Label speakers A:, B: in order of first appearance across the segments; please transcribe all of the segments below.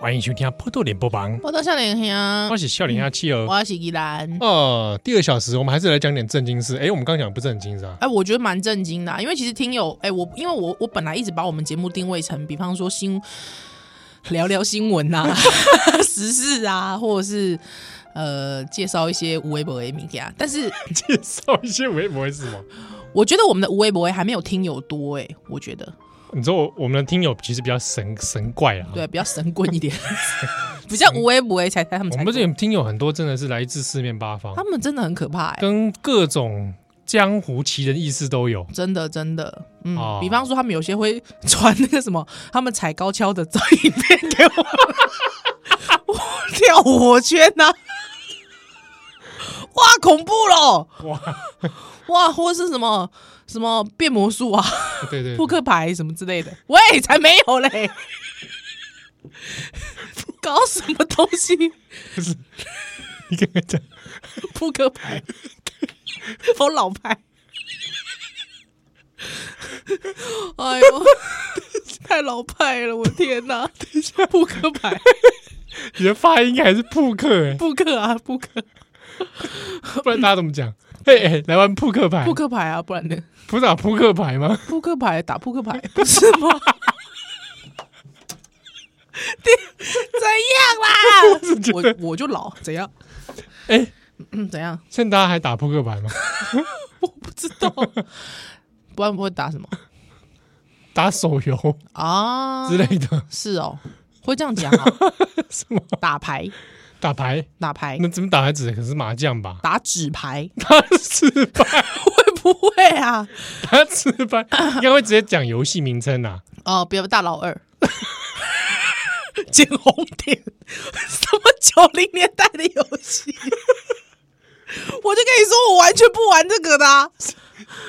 A: 欢迎收听《波多连播榜》，
B: 我到少年兄，
A: 我是笑脸下企鹅。
B: 我是宜兰。
A: 呃，哦第二小时我们还是来讲点正经事。哎，我们刚讲的不正经 是吧？
B: 哎，我觉得蛮震惊的啊、因为其实听友，哎，我因为我我本来一直把我们节目定位成，比方说新聊聊新闻呐、 时事啊，或者是呃介绍一些无微博的名家，但是
A: 介绍一些微博是什么？
B: 我觉得我们的无微博还没有听友多哎、我觉得
A: 你知道我我们的听友其实比较神神怪啊。
B: 对，比较神棍一点， 比较无微博才才他们
A: 我
B: 才
A: 们这里听友很多真的是来自四面八方
B: 他，们真的很可怕哎、
A: 跟各种江湖奇人异事都有。
B: 真的真的，嗯，
A: 哦
B: 比方说他们有些会传那个什么，他们踩高跷的照影片给我，我跳火圈呐、 哇，恐怖咯！
A: 哇，
B: 哇，或是什么什么变魔术啊，
A: 对对，
B: 扑克牌什么之类的，喂，才没有嘞， 搞什么东西？
A: 你刚刚讲
B: 扑克牌，好老牌。哎呦，太老派了！我天哪，等一下，扑克牌，
A: 你的发音还是扑克、 欸，
B: 扑克啊，扑克，
A: 不然大家怎么讲？嘿、嘿、来玩扑克牌，
B: 扑克牌啊，不然呢？
A: 不是打扑克牌吗？
B: 扑克牌打扑克牌，不是吗？怎
A: 是觉
B: 样
A: 得
B: 啦？我我就老，怎样？
A: 哎、
B: 嗯，怎样？
A: 现在大家还打扑克 牌吗？
B: 我不知道，不然不会打什么
A: 打手游
B: 啊
A: 之类的，
B: 是哦，会这样讲哦，
A: 什么
B: 打牌，
A: 打牌？
B: 打牌，
A: 那怎么打牌子？可是麻将 吧？
B: 打纸牌，
A: 打纸牌，
B: 会不会啊？
A: 打纸牌，应该会直接讲游戏名称啊呐、
B: 哦，别大老 二，捡红点，什么九零年代的游戏？ 我就跟你说，我完全不玩这个的啊、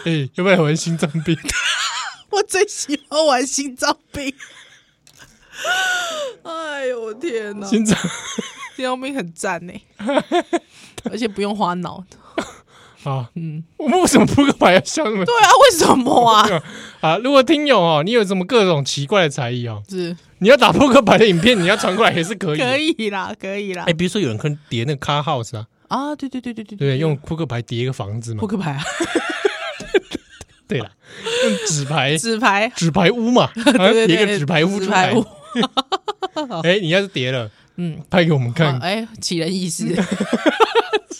A: 哎、要不要玩心脏 病？
B: 我最喜欢玩心脏病。 哎呦我天哪，
A: 心脏
B: 心脏病很赞 呢，而且不用花脑。
A: 啊，嗯，我们为什么扑克牌要笑那么？
B: 对啊，为什么啊？
A: 啊，如果听友哦，你有什么各种奇怪的才艺哦，
B: 是
A: 你要打扑克牌的影片，你要传过来也是可以的。
B: 可以啊啦，可以啦
A: 哎、。比如说有人可能叠那个 car house 啊，
B: 啊，对对对对对
A: 对，用扑克牌叠一个房子嘛
B: 扑。克牌啊，
A: 对了，用纸牌
B: 纸牌，
A: 纸牌屋 嘛，啊
B: 对对对，
A: 叠个纸牌屋
B: 纸
A: 出
B: 牌
A: 来
B: 屋。。
A: 哎、你要是叠了，
B: 嗯，
A: 拍给我们
B: 啊
A: 看。
B: 哎，奇人 异事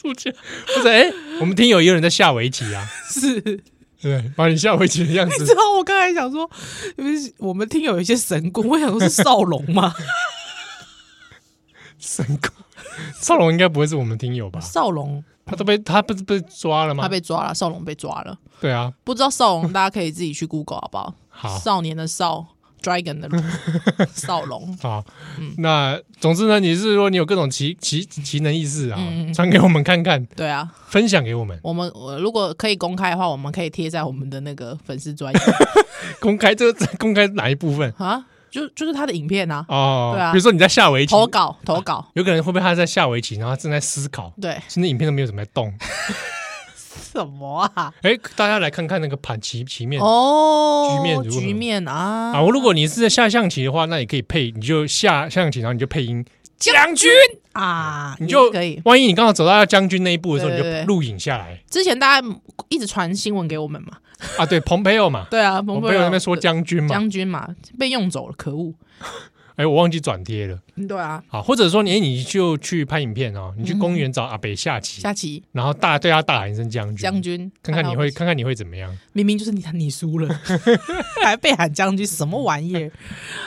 A: 不是，不是，哎，我们听友也有人在下围棋啊，
B: 是，
A: 对不对，把你下围棋的样
B: 你知
A: 子，
B: 道我刚才想说，因为我们听友有一些神棍，我想说是少龙 吗？
A: 神棍。少龙应该不会是我们听友吧？
B: 少龙
A: 他都被他不是被抓了吗？
B: 他被抓了，少龙被抓了，
A: 对啊，
B: 不知道少龙，大家可以自己去 Google 好不好？
A: 好
B: 少年的少 ，Dragon 的龙，少龙。
A: 好，
B: 嗯
A: 那总之呢，你是说你有各种奇奇奇能异事啊，
B: 嗯
A: 传给我们看看，
B: 对啊，
A: 分享给我们，
B: 我们我如果可以公开的话，我们可以贴在我们的那个粉丝 专页
A: 公开这个公开哪一部分？
B: 啊，就就是他的影片啊，
A: 哦，啊
B: 对啊
A: 比如说你在下围棋，
B: 投稿投稿，
A: 有可能会不会他在下围棋，然后他正在思考，
B: 对，
A: 现在影片都没有怎么在动。
B: 什么啊？
A: 哎，大家来看看那个盘棋棋面
B: 哦，
A: 局面如何
B: 局面啊，
A: 啊，如果你是在下象棋的话，那你可以配，你就下象棋，然后你就配音将军，
B: 啊，
A: 你就
B: 也可以。
A: 万一你刚好走到要将军那一步的时候，
B: 对
A: 你
B: 对
A: 就录影下来
B: 之前大家一直传新闻给我们嘛，
A: 啊。对，蓬佩奥嘛，
B: 对啊，
A: 蓬
B: 蓬
A: 佩奥那边说将军嘛，
B: 将军嘛，被用走了，可恶。
A: 哎，我忘记转贴了
B: 对啊，
A: 啊。或者说你，哎，你就去拍影片哦，你去公园找阿北下棋，
B: 下棋
A: 然后大对他大喊一声将军，
B: 将军，
A: 看看你会
B: 到
A: 看看你会怎么样。
B: 明明就是你你 输了，还被喊将军，什么玩意儿？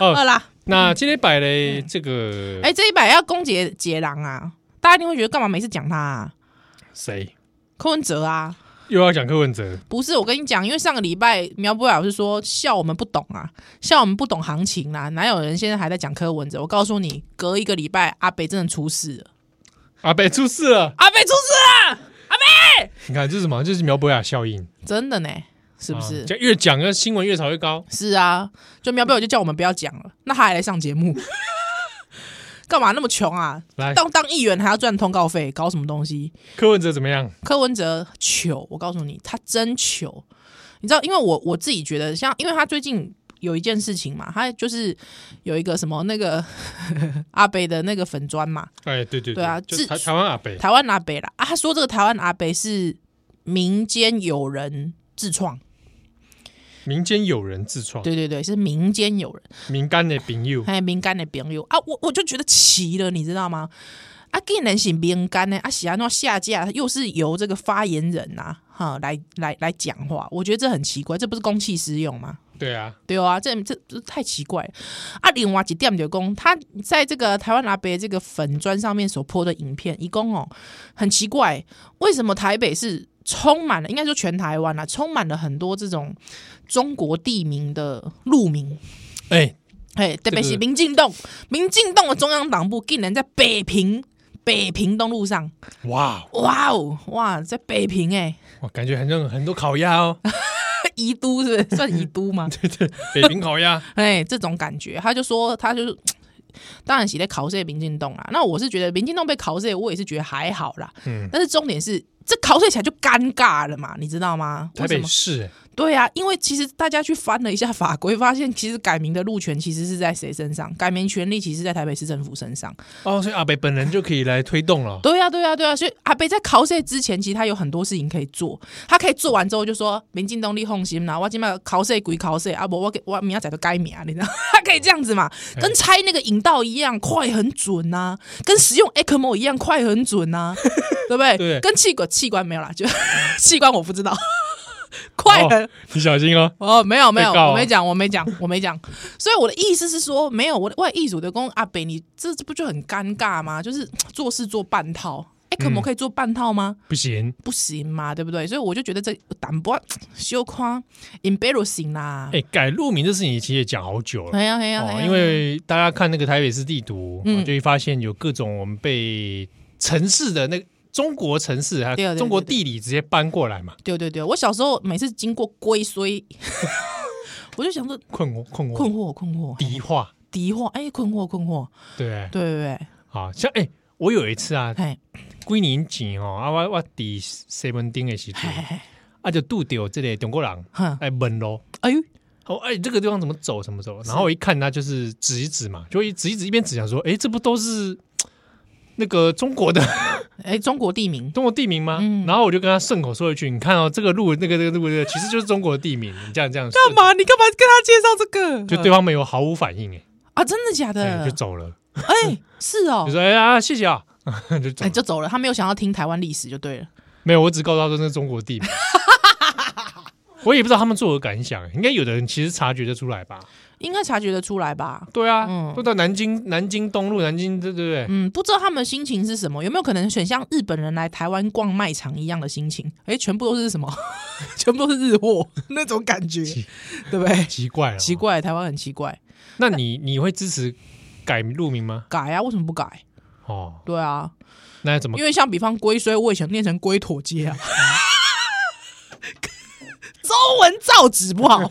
A: 哦
B: 好啦，
A: 那今天摆嘞这个，
B: 哎，这一百要攻杰杰郎啊，大家一定会觉得干嘛每次讲他啊？
A: 谁
B: 柯文哲啊，
A: 又要讲柯文哲？
B: 不是我跟你讲，因为上个礼拜苗博雅老师说笑我们不懂啊，笑我们不懂行情啦、哪有人现在还在讲柯文哲？我告诉你，隔一个礼拜阿北真的出事了，
A: 阿北出事了，
B: 阿啊北出事了，
A: 你看这是什么？这是苗博雅效应，
B: 真的呢，是不
A: 啊
B: 是？
A: 讲越讲，那新闻越炒越高。
B: 是啊，就苗博友就叫我们不要讲了，那他还来上节 目，干嘛那么穷啊？
A: 来，
B: 当当议员还要赚通告费，搞什么东西？
A: 柯文哲怎么样？
B: 柯文哲糗，我告诉你，他真糗。你知道，因为我我自己觉得像，因为他最近有一件事情嘛，他就是有一个什么那个 阿北的那个粉砖嘛，
A: 哎，对对
B: 对啊
A: 就
B: 自
A: 台台湾阿北，
B: 台湾阿北啦啊，他说这个台湾阿北是民间有人自创，
A: 民间有人自创，
B: 对对对，是民间有人，
A: 民间的朋友，
B: 还有民间的朋友啊，我我就觉得奇了，你知道吗？啊，竟然是民间呢，啊，喜安诺下架又是由这个发言人呐、啊，哈，来来来讲话，我觉得这很奇怪，这不是公器私用吗？
A: 对啊，
B: 对啊，这这这太奇怪了啊！另外一点就讲，他在这个台湾阿北这个粉砖上面所播的影片，一共哦很奇怪，为什么台北是充满了，应该说全台湾啦、啊充满了很多这种中国地名的路名。
A: 哎，
B: 哎，特别
A: 这
B: 是
A: 个
B: 民进党，民进党的中央党部竟然在北平北平东路上，
A: 哇，
B: 哇哦哇，在北平哎、
A: 我感觉很像很多烤鸭 哦，
B: 宜都是 不是算宜都吗？
A: 对对，北平烤 鸭，
B: 哎，这种感觉，他就说，他就是，当然是在考这民进党啦。那我是觉得民进党被考这，我也是觉得还好啦。
A: 嗯，
B: 但是重点是，这考这起来就尴尬了嘛，你知道吗？
A: 台
B: 为
A: 北
B: 什么
A: 市，哎
B: 对啊，因为其实大家去翻了一下法规，发现其实改名的路权其实是在谁身上，改名权利其实是在台北市政府身上。
A: 哦，所以阿北本人就可以来推动了，
B: 对啊，对啊，对啊。所以阿北在考试之前，其实他有很多事情可以做，他可以做完之后就说：“民进党你放心啦，我今麦考试鬼考试啊，不我给我明仔载就改名，啊你知道？他可以这样子嘛，跟拆那个引道一样，快很准呐、跟使用 ECMO 一样，快很准呐、对不对？
A: 对
B: 跟气管气管没有啦，就 器官我不知道， 快很、
A: 你小心哦，
B: 哦，没有没有，
A: 被告啊
B: 我没讲，我没讲， 我没讲。所以我的意思是说，没有我的我的意思我的公阿北，你这这不就很尴尬吗？就是嘖做事做半套，哎、可我可以做半套吗？
A: 不行，
B: 不行嘛，对不对？所以我就觉得这淡薄羞夸 embarrassing 啦。
A: 哎，改路名这事情其实也讲好久了。
B: 哎呀哎呀，哎
A: 哦，
B: 呀
A: 因为大家看那个台北市地图，
B: 嗯
A: 哦就会发现有各种我们被城市的那个中国城市还
B: 对对
A: 有
B: 对
A: 中国地理直接搬过来嘛，
B: 对对对，我小时候每次经过龟虽， 我就想说
A: 困惑困惑
B: 困惑困惑
A: 敌化，
B: 敌惑，哎困惑困惑，
A: 对，
B: 对对对，
A: 好像哎，我有一次啊，
B: 哎
A: 几年前哦，啊，我我伫西门町的时阵
B: 嘿，嘿嘿
A: 啊，就拄着这个中国人
B: 哼，
A: 来问咯。
B: 哎呦
A: 哦，哎，这个地方怎么走？怎么走？然后我一看，他就是指一指嘛，就一指一指，一边指想说，哎，这不都是嘖那个中国的
B: 哎，中国地名，
A: 中国地名吗？
B: 嗯
A: 然后我就跟他顺口说一句，你看哦，这个路，那个那个路，那个其实就是中国的地名。你这样这样
B: 干嘛？你干嘛跟他介绍这个？
A: 就对方没有毫无反应，哎
B: 啊，真的假
A: 哎，
B: 的？
A: 就走了。
B: 哎、是哦
A: 就，说哎呀，谢谢啊，就走
B: 哎、
A: 了。
B: 就走了。他没有想要听台湾历史就对了。
A: 没有，我只告诉他说那是中国 地名。我也不知道他们作何感想，应该有的人其实察觉得出来吧？
B: 应该察觉得出来吧？
A: 对啊，
B: 嗯
A: 都到南京南京东路，南京对对不对？
B: 嗯，不知道他们的心情是什么，有没有可能选像日本人来台湾逛卖场一样的心情？哎、全部都是什么？ 全部都是日货 那种感觉，
A: 奇
B: 对不对？
A: 奇怪了、哦
B: 奇。怪，台湾很奇怪，
A: 那你你会支持改路名吗？
B: 改啊，为什么不改？
A: 哦，
B: 对啊，
A: 那要怎么
B: 因为像比方龟虽，我以前念成龟妥街 啊， 中文造纸不好，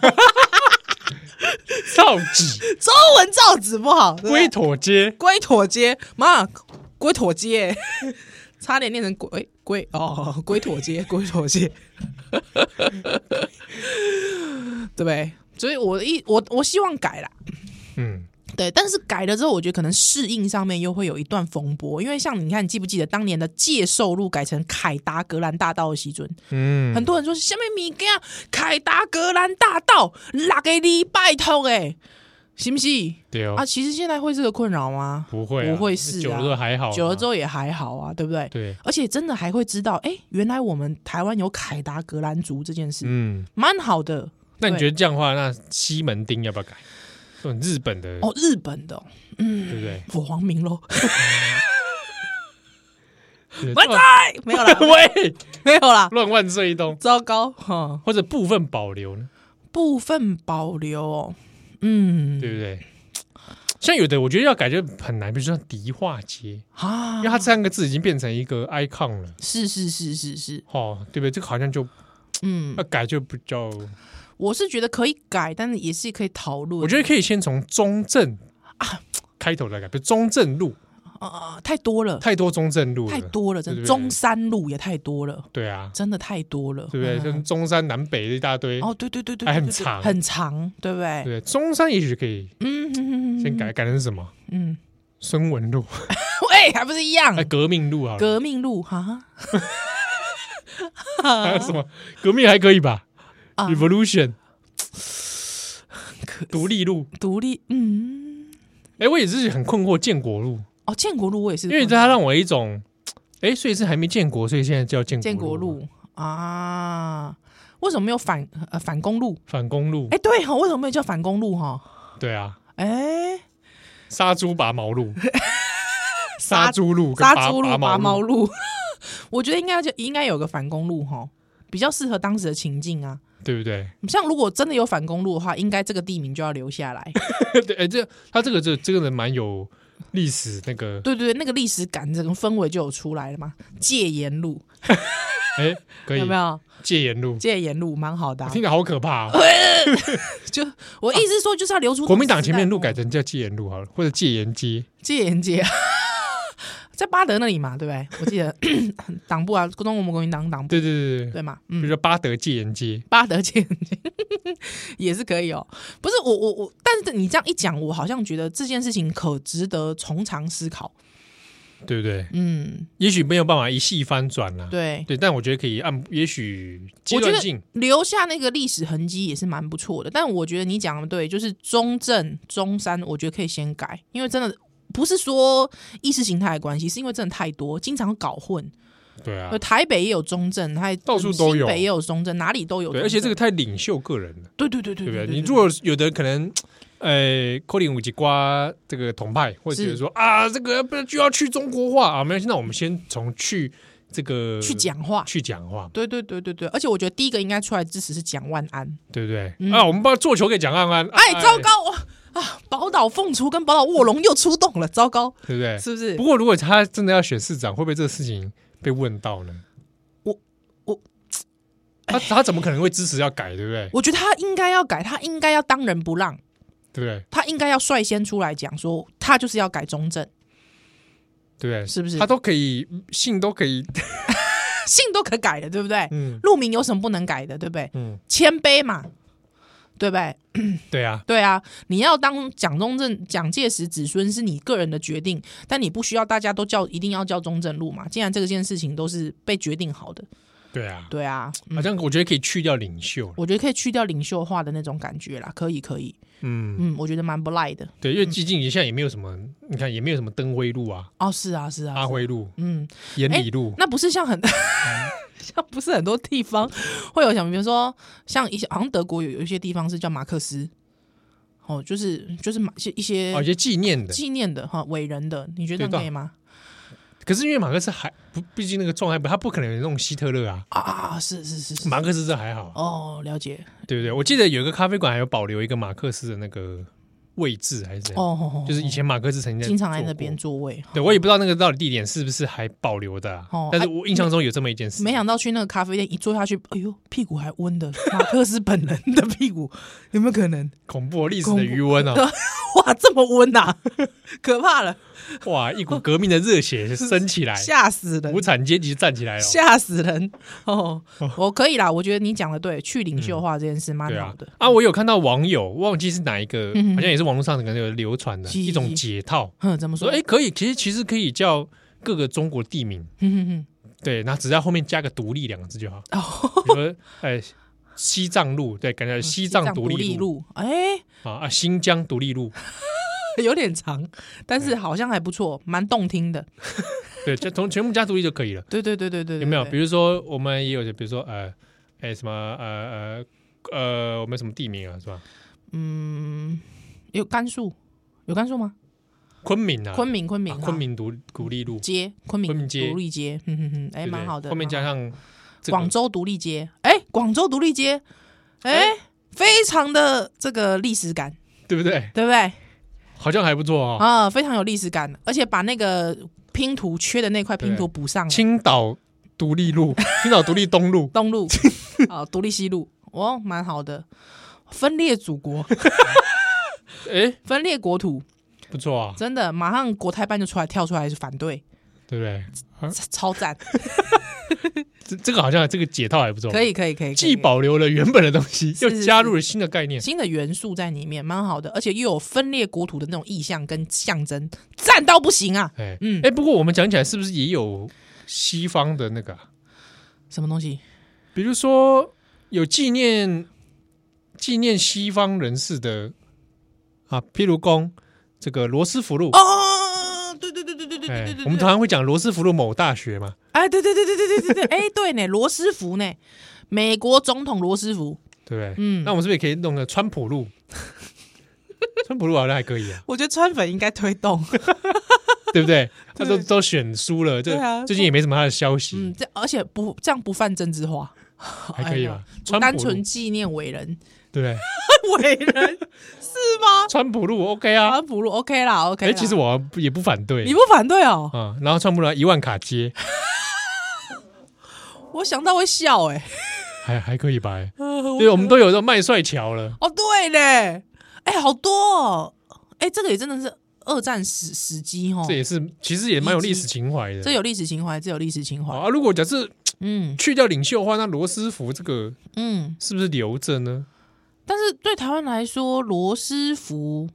A: 造纸？
B: 中文造纸不好，对不对
A: 龟妥街
B: 龟妥街，妈，龟妥街，差点念成龟龟哦，龟妥街，龟妥街，对不对？所以我一我我希望改啦，
A: 嗯，
B: 对，但是改了之后，我觉得可能适应上面又会有一段风波，因为像你看，你记不记得当年的介寿路改成凯达格兰大道的时阵，
A: 嗯
B: 很多人说下面物件凯达格兰大道六个礼拜托诶，是不是？
A: 对哦
B: 啊，，其实现在会是个困扰吗？
A: 不会啊
B: 不会是啊
A: 久了之后还好，
B: 久了之
A: 后
B: 后也还好啊，对不对？
A: 对，
B: 而且真的还会知道，哎，原来我们台湾有凯达格兰族这件事，
A: 嗯。
B: 蛮好的
A: 那你觉得这样的话，那西门町要不要改？这种日本的，
B: 哦。日本的哦
A: 对不对？
B: 我黄明喽，
A: 对
B: 万岁！ 没有啦，
A: 喂，
B: 没有 啦，
A: 乱万岁一通，
B: 糟糕哈，
A: 或者部分保留呢？
B: 部分保留哦。嗯
A: 对不对？像有的我觉得要改就很难，比如说像迪化街，
B: 啊
A: 因为，它三个字已经变成一个 icon 了，
B: 是是是是是，
A: 哦，对不对？这个好像就
B: 嗯，
A: 要改就比较，
B: 我是觉得可以改，但是也是可以讨论。
A: 我觉得可以先从中正啊开头来改，比如中正路，
B: 得呃，太多了，
A: 太多中正路了，
B: 太多了，真
A: 对不
B: 的
A: 对
B: 中山路也太多了，
A: 对啊，
B: 真的太多了，
A: 对不对？
B: 嗯
A: 跟中山南北一大堆，
B: 哦，对对对对，
A: 还很
B: 对对对
A: 长
B: 很长，对不对？
A: 对，中山也许可以
B: 嗯，嗯嗯嗯
A: 先改，改成什么？
B: 嗯，
A: 孙文路、
B: 喂，还不是一样
A: 哎，？革命路啊，
B: 嗯革命路哈
A: 还 有什么革命还可以吧
B: 啊，
A: ？Revolution
B: 可
A: 独立路，
B: 独立，嗯，
A: 哎，我也是很困惑建国路，
B: 哦，建国路我也是，
A: 因为它让我一种，哎，所以是还没建国，所以现在叫建
B: 建
A: 国
B: 国
A: 路嘛，
B: 路啊，为什么没有反呃反公路？
A: 反公路
B: 哎，，对哈，为什么没有叫反公路哈？
A: 对啊，
B: 哎，
A: 杀猪拔毛 路，杀猪路跟拔，
B: 杀猪路、拔
A: 拔
B: 毛
A: 毛路，
B: 路， 我觉得应该就应该有个反公路哈，比较适合当时的情境啊。
A: 对不对？
B: 像如果真的有反公路的话，应该这个地名就要留 下来。
A: 对，哎，这他这个这这个人蛮有历史那个，
B: 对对对，那个历史感、整个氛围就有出来了嘛。戒严路
A: 哎，可以
B: 有没有？
A: 戒严路，
B: 戒严路蛮好的 啊、
A: 听着好可怕哦。
B: 就我意思是说，就是要留出
A: 国民党前面路
B: 路
A: 改成叫戒严路好了，或者戒严街，
B: 嗯戒 严街，在巴德那里嘛，对不对？我记得党部啊，中国国民党党部
A: 对对对对，
B: 对嘛，
A: 比如
B: 嗯，
A: 说巴德戒严街，
B: 巴德戒 严街也是可以哦。不是我我我，但是你这样一讲，我好像觉得这件事情可值得从长思考。
A: 对不对？
B: 嗯，
A: 也许没有办法一系翻转啦，
B: 对，
A: 对，但我觉得可以按，也许阶
B: 我觉
A: 段
B: 得
A: 性，
B: 留下那个历史痕迹也是蛮不错的。但我觉得你讲的对，就是中正、中山，我觉得可以先改，因为真的不是说意识形态的关系，是因为真的太多，经常搞混。
A: 对啊
B: 有，台北也有中正，还
A: 到处都有
B: 新北也有中正，哪里都有中
A: 对，
B: 正。
A: 而且这个太领袖个人了，
B: 对对对对
A: 对不
B: 对
A: 对？你如果有的可能。呃，扣零五级瓜这个同派，或者觉得说啊，这个不就要去中国化啊？没关系，那我们先从去这个
B: 去讲话，
A: 去讲话，
B: 对对对对对，而且我觉得第一个应该出来支持是蒋万安。
A: 对不对？
B: 嗯
A: 啊，我们把做球给蒋安安，
B: 哎，糟，糕，我啊，宝岛凤雏跟宝岛卧龙又出动了，糟糕，
A: 对不对？
B: 是不是
A: 不？过，如果他真的要选市长，会不会这个事情被问到呢？
B: 我我
A: 他他怎么可能会支持要改，对不对？
B: 我觉得他应该要改，他应该要当仁不让。
A: 对不对？
B: 他应该要率先出来讲说，他就是要改中正，
A: 对不对？
B: 是不是
A: 他都可以信都可以，
B: 姓都可改的，对不对？
A: 嗯
B: 路名有什么不能改的，对不对？
A: 嗯，
B: 谦卑嘛，对不对？
A: 对啊，
B: 对啊，你要当蒋中正、蒋介石子孙是你个人的决定，但你不需要大家都叫一定要叫中正路嘛。既然这件事情都是被决定好的，
A: 对啊，
B: 对啊，
A: 好
B: 嗯、
A: 像我觉得可以去掉领袖了，
B: 我觉得可以去掉领袖化的那种感觉啦，可以可以，
A: 嗯，
B: 嗯，我觉得蛮不赖的。
A: 对，因为激进现在也没有什么，你看也没有什么灯辉路啊、
B: 哦，是啊，是啊，
A: 阿
B: 是啊
A: 辉路、
B: 嗯，
A: 延里路，
B: 那不是像很
A: 嗯
B: 像不是很多地方会有像，比如说像一些好像德国有有一些地方是叫马克思，哦，就是就是马一些一
A: 哦，一
B: 些
A: 些纪念的。
B: 纪念的哈伟人的，你觉得这
A: 对
B: 样可以吗？
A: 可是因为马克思还不，毕竟那个状态不，他不可能有那种希特勒啊。
B: 啊啊，啊是是是是，
A: 马克思这还好，
B: 哦，了解，
A: 对不对？我记得有一个咖啡馆还有保留一个马克思的那个位置，还是怎样？
B: 哦，
A: 就是以前马克思曾经在
B: 经常在
A: 做
B: 那
A: 过
B: 边座位，
A: 对我也不知道那个到底地点是不是还保留的、啊，
B: 哦
A: 但是我印象中有这么一件事，
B: 没想到去那个咖啡店一坐下去，哎呦，屁股还温的，马克思本人的屁股有没有可能？
A: 恐怖哦历史的余温啊！
B: 哇，这么温呐、可怕了，
A: 哇，一股革命的热 血升起来，
B: 吓死人！
A: 无产阶级站起来了，
B: 吓死人哦！我可以啦，我觉得你讲的对，去领袖化这件事蛮
A: 对
B: 好
A: 啊
B: 的。
A: 啊！我有看到网友忘记是哪一个，
B: 嗯哼
A: 好像也是网络上可能有流传的
B: 是
A: 一种解套，
B: 哼、怎么说？
A: 说哎可以，其实其实可以叫各个中国地名，
B: 哼哼哼，
A: 对，那只要后面加个独立两个字就好，
B: 哦，嗯
A: 比如说哎西藏路，对，感觉西藏独立路
B: 路，哎、
A: 啊啊新疆独立路，
B: 有点长，但是好像还不错，蛮动听的。
A: 对，就从全部加独立就可以了。
B: 对对对对 对，对
A: 有没有？
B: 对
A: 比如说，我们也有些，比如说，呃，哎、什么，呃呃呃，我们什么地名啊，是吧？
B: 嗯，有甘肃，有甘肃吗？
A: 昆明啊，
B: 昆明，昆明、
A: 啊昆明独独立路，
B: 街，昆明
A: 昆明街
B: 独立街，嗯哼哼，哎、
A: 对不对
B: 蛮好的。
A: 后面加
B: 蛮好
A: 上
B: 的
A: 这个
B: 广州独立街，哎、广州独立街，哎、非常的这个历史感，
A: 对不对？
B: 对不对？
A: 好像还不错哦。
B: 啊，非常有历史感，而且把那个拼图缺的那块拼图补上了。
A: 青岛独立 路，青岛独立东路，
B: 东路啊，独立西路，哦，蛮好的。分裂祖国，
A: 哎、
B: 分裂国土，
A: 不错啊，
B: 真的，马上国台办就出来跳出来是反对，
A: 对不对？啊
B: 超赞，
A: 这这个好像这个解套还不错，
B: 可以可以可以，可以
A: 既保留了原本的东西，又
B: 是是
A: 加入了新的概念，
B: 新的元素在里面，蛮好的，而且又有分裂国土的那种意象跟象征，赞到不行啊！
A: 哎，
B: 嗯
A: 哎，不过我们讲起来是不是也有西方的那个啊、
B: 什么东西？
A: 比如说有纪念纪念西方人士的啊，譬如讲这个罗斯福路，
B: 哦，对对对对对对对
A: 哎
B: 对对，
A: 我们常常会讲罗斯福路某大学嘛，
B: 哎，对对对对对对对对，哎，对呢，罗斯福呢，美国总统罗斯福，
A: 对不对？
B: 嗯
A: 那我们是不是也可以弄个川普路？ 川普路好像还可以啊，
B: 我觉得川粉应该推动，
A: 对不对？他都都选输了，这
B: 对啊
A: 最近也没什么他的消
B: 嗯，
A: 息，
B: 这而且不这样不犯政治化，
A: 还可以吧？
B: 哎呀
A: 川
B: 单
A: 普路
B: 纯纪念伟人，
A: 对不 对？
B: 伟人是吗？
A: 川普路 OK 啊，
B: 川普路 OK 啦，OK
A: 哎，
B: 啦。
A: 其实我也不反对
B: 你不反对哦，
A: 啊。然后川普路一万卡街
B: 我想到会笑哎、
A: 还还可以 吧？哎
B: 呃
A: 对，我们都有这种麦帅桥了，
B: 哦，对嘞，哎、好多、哦，哎、这个也真的是二战时时机哦
A: 这，也是其实也蛮有历史情怀的。
B: 这有历史情怀，这有历史情怀，
A: 啊，如果假设
B: 嗯
A: 去掉领袖的话，那罗斯福这个
B: 嗯。
A: 是不是留着呢？
B: 但是对台湾来说，罗斯福，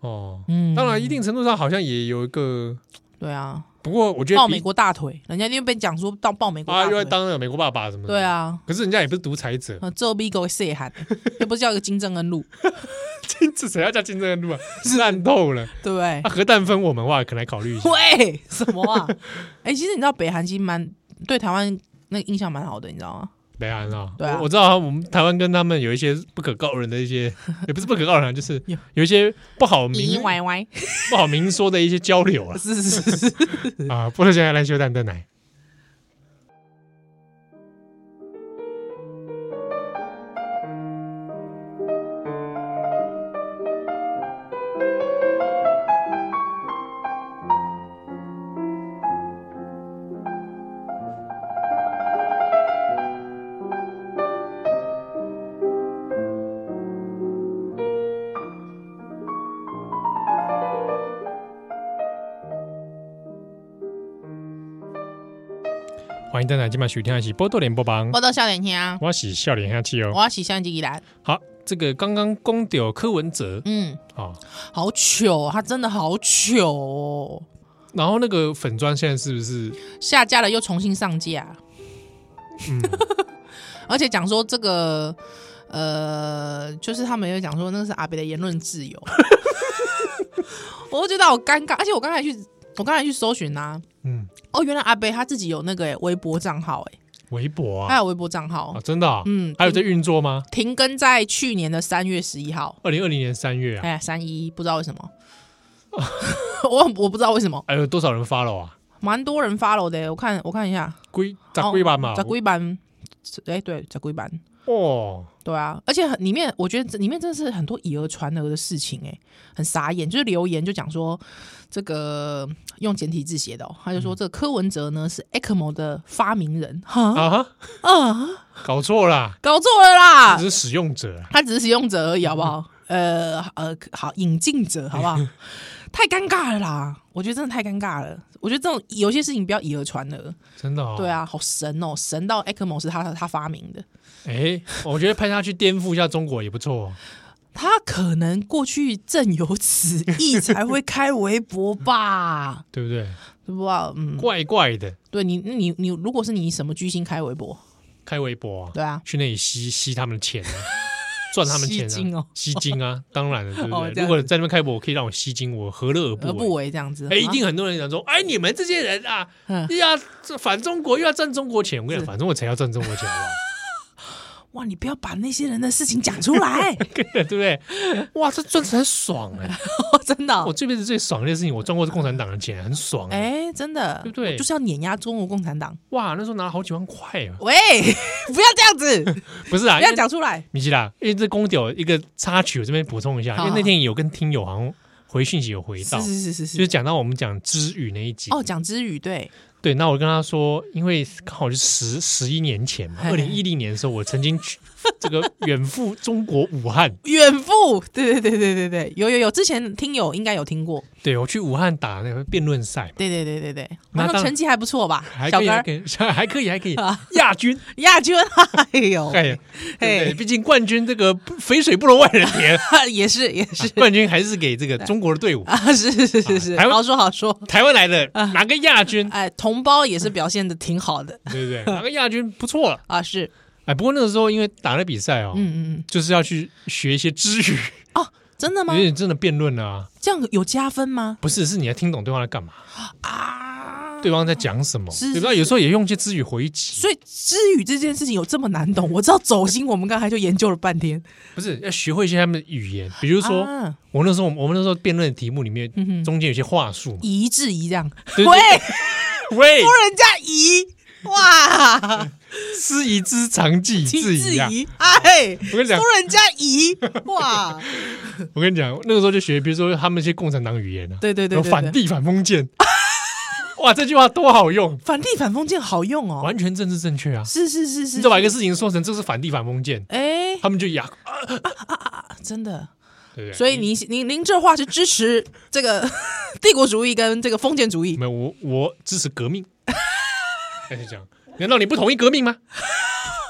A: 哦，
B: 嗯，
A: 当然，一定程度上好像也有一个，
B: 对啊，
A: 不过我觉得
B: 抱
A: 比
B: 美国大腿，人家就被讲说到抱美国
A: 啊，
B: 大
A: 又
B: 腿，
A: 要当了美国爸爸什么的。
B: 对，啊，
A: 可是人家也不是独裁者，
B: 呃，做逼狗血汗，又不是叫一个金正恩路，
A: 这谁要叫金正恩 路啊？烂透了。
B: 对不对
A: 那？核弹分我们的话，可能还考虑一下。
B: 哎喂，什么啊？哎、其实你知道北韩其实蛮对台湾那个印象蛮好的，你知道吗？
A: 北韩啊，
B: 对啊
A: 我我知道我们台湾跟他们有一些不可告人的一 些，也不是不可告人啊，就是有一些不好
B: 咦
A: 明
B: 歪歪，
A: 不好明说的一些交流啊。
B: 是是是 是，
A: 啊，波特先生来修蛋蛋奶。欢迎蛋奶，今晚收听的是波多连播帮，
B: 我到笑脸听啊，
A: 我是笑脸下去哦。
B: 我要洗相机来，
A: 好，这个刚刚公屌柯文哲
B: 嗯，
A: 啊、
B: 好糗哦，他真的好糗哦，
A: 然后那个粉砖现在是不是？
B: 下架了又重新上架，
A: 嗯，
B: 而且讲说这个。呃，就是他们有讲说那是阿北的言论 自由，我就觉得好尴尬。而且我刚才去，我刚才去搜寻啊，
A: 嗯，
B: 哦，原来阿北他自己有那个、欸、微博账号、欸，
A: 微博
B: 他
A: 啊，
B: 有微博账号
A: 啊，，真的、啊，
B: 嗯，
A: 还有在运作吗？
B: 停更在去年的三月十一号，
A: 二零二零年三月啊，
B: 哎呀，三一不知道为什么，我我不知道为什么，
A: 哎有多少人 follow 啊？
B: 蛮多人 follow 的，我看我看一下，
A: 龟咋
B: 哦
A: 龟吧嘛？
B: 在龟版，哎、对，在龟版，
A: 哦，
B: 对啊，而且很里面我觉得这里面真的是很多以讹传讹的事情、哎，很傻眼，就是留言就讲说这个用简体字写的、哦，他就说这个柯文哲呢是 E ECMO 的发明人，哈，
A: 啊哈，
B: 嗯、
A: 搞错啦，
B: 搞错了啦
A: 只，是使用者啊，
B: 他只是使用者而已，好不好？呃呃，好，引进者，好不好？太尴尬了啦！我觉得真的太尴尬了。我觉得这种有些事情不要以讹传讹。
A: 真的哦。
B: 对，啊，好神哦，神到 ECMO 是他他发明的。
A: 哎，我觉得拍下去颠覆一下中国也不错哦。
B: 他可能过去正有此意才会开微博吧，
A: 对不对？
B: 对不啊？嗯，
A: 怪怪的，
B: 对你你你，如果是你什么居心开微博，
A: 开微博啊，
B: 对啊，
A: 去那里吸吸他们的 钱啊，赚他们钱
B: 吸金
A: 啊
B: 哦，
A: 吸金啊，当然了，对
B: 哦
A: 不
B: 这
A: 对？
B: 样
A: 如果在那边开博，可以让我吸金，我何乐而
B: 而
A: 不
B: 不
A: 为？
B: 为这样子，啊
A: 哎，一定很多人讲说，哎，你们这些人啊，
B: 嗯
A: 又要这反中国，又要赚中国钱。我跟你讲，
B: 是
A: 反中国才要赚中国钱，好不好？
B: 哇！你不要把那些人的事情讲出 来，
A: 对不对？哇，这赚钱很爽哎！
B: 真的哦、
A: 我这辈子最爽的一件事情，我赚过共产党的钱，很爽哎！
B: 哎、真的，
A: 对不对
B: 我就是要碾压中国共产党。
A: 哇，那时候拿了好几万块啊！
B: 喂， 不要这样子，
A: 不是啊，
B: 不
A: 因
B: 要
A: 为
B: 讲出来。
A: 米奇啦，因为这公屌一个插曲，我这边补充一下，因
B: 好
A: 为那天有跟听友好像回讯息有回到
B: 是，是是是
A: 就是
B: 是。
A: 讲到我们讲知语那一集。
B: 哦，讲之语对，
A: 对，那我跟他说，因为刚好是十十一年前嘛，
B: 嘿
A: 二零一零年的时候，我曾经去这个远赴中国武汉，
B: 远赴，对对对对对对，有有有，之前听友应该有听过，
A: 对我去武汉打那个辩论赛嘛，
B: 对对对对对，
A: 那
B: 好
A: 当
B: 像成绩还不错吧，
A: 还
B: 小
A: 可以，
B: 哥
A: 还
B: 儿
A: 可以，还可以，还可以，亚军，
B: 亚军， 哎呦，
A: 哎，对不对
B: 嘿
A: 毕竟冠军这个不肥水不流外人 田，
B: 也是也是
A: 冠军还是 给这个中国的队伍。
B: 啊，是是是是，
A: 台湾
B: 好说好说，
A: 台湾来的拿个亚军，
B: 哎，同胞也是表现的挺好的
A: 对不对？拿个亚军不错了。
B: 啊，是，
A: 哎，不过那个时候因为打了比赛哦，
B: 嗯嗯嗯，
A: 就是要去学一些知语，
B: 哦，真 的吗
A: 因？为你真的辩论啊，
B: 这样有加分吗？
A: 不是，是你要听懂对方在干嘛，
B: 啊，
A: 对方在讲什么，
B: 是
A: 对
B: 是
A: 不对？有时候也用一些知语回击，
B: 所以知语这件事情有这么难懂？我知道走心，我们刚才就研究了半天。
A: 不是要学会一些他们的语言，比如说
B: 啊
A: 我那时候我们那时候辩论的题目里面
B: 嗯哼
A: 中间有些话术 嘛，
B: 疑质疑这样，
A: 对
B: 喂，
A: 喂
B: 说，人家疑，哇，
A: 师夷之长 技，
B: 请
A: 自
B: 质
A: 疑啊！
B: 疑，哎，
A: 我跟你讲
B: 说人家疑，哇，
A: 我跟你讲，那个时候就学，比如说他们一些共产党语言啊，
B: 对对对
A: 有
B: 对，对
A: 反帝反封建， 哇，这句话多好用，
B: 反帝反封建好用哦，
A: 完全政治正确啊！
B: 是是是是
A: 你，只把一个事情说成这是反帝反封建，
B: 哎，
A: 他们就哑，
B: 真的，
A: 对不对？
B: 所以您您您这话是支持这个 帝国主义跟这个封建主义
A: 没有我我支持革命， 那就这样。难道你不同意革命吗？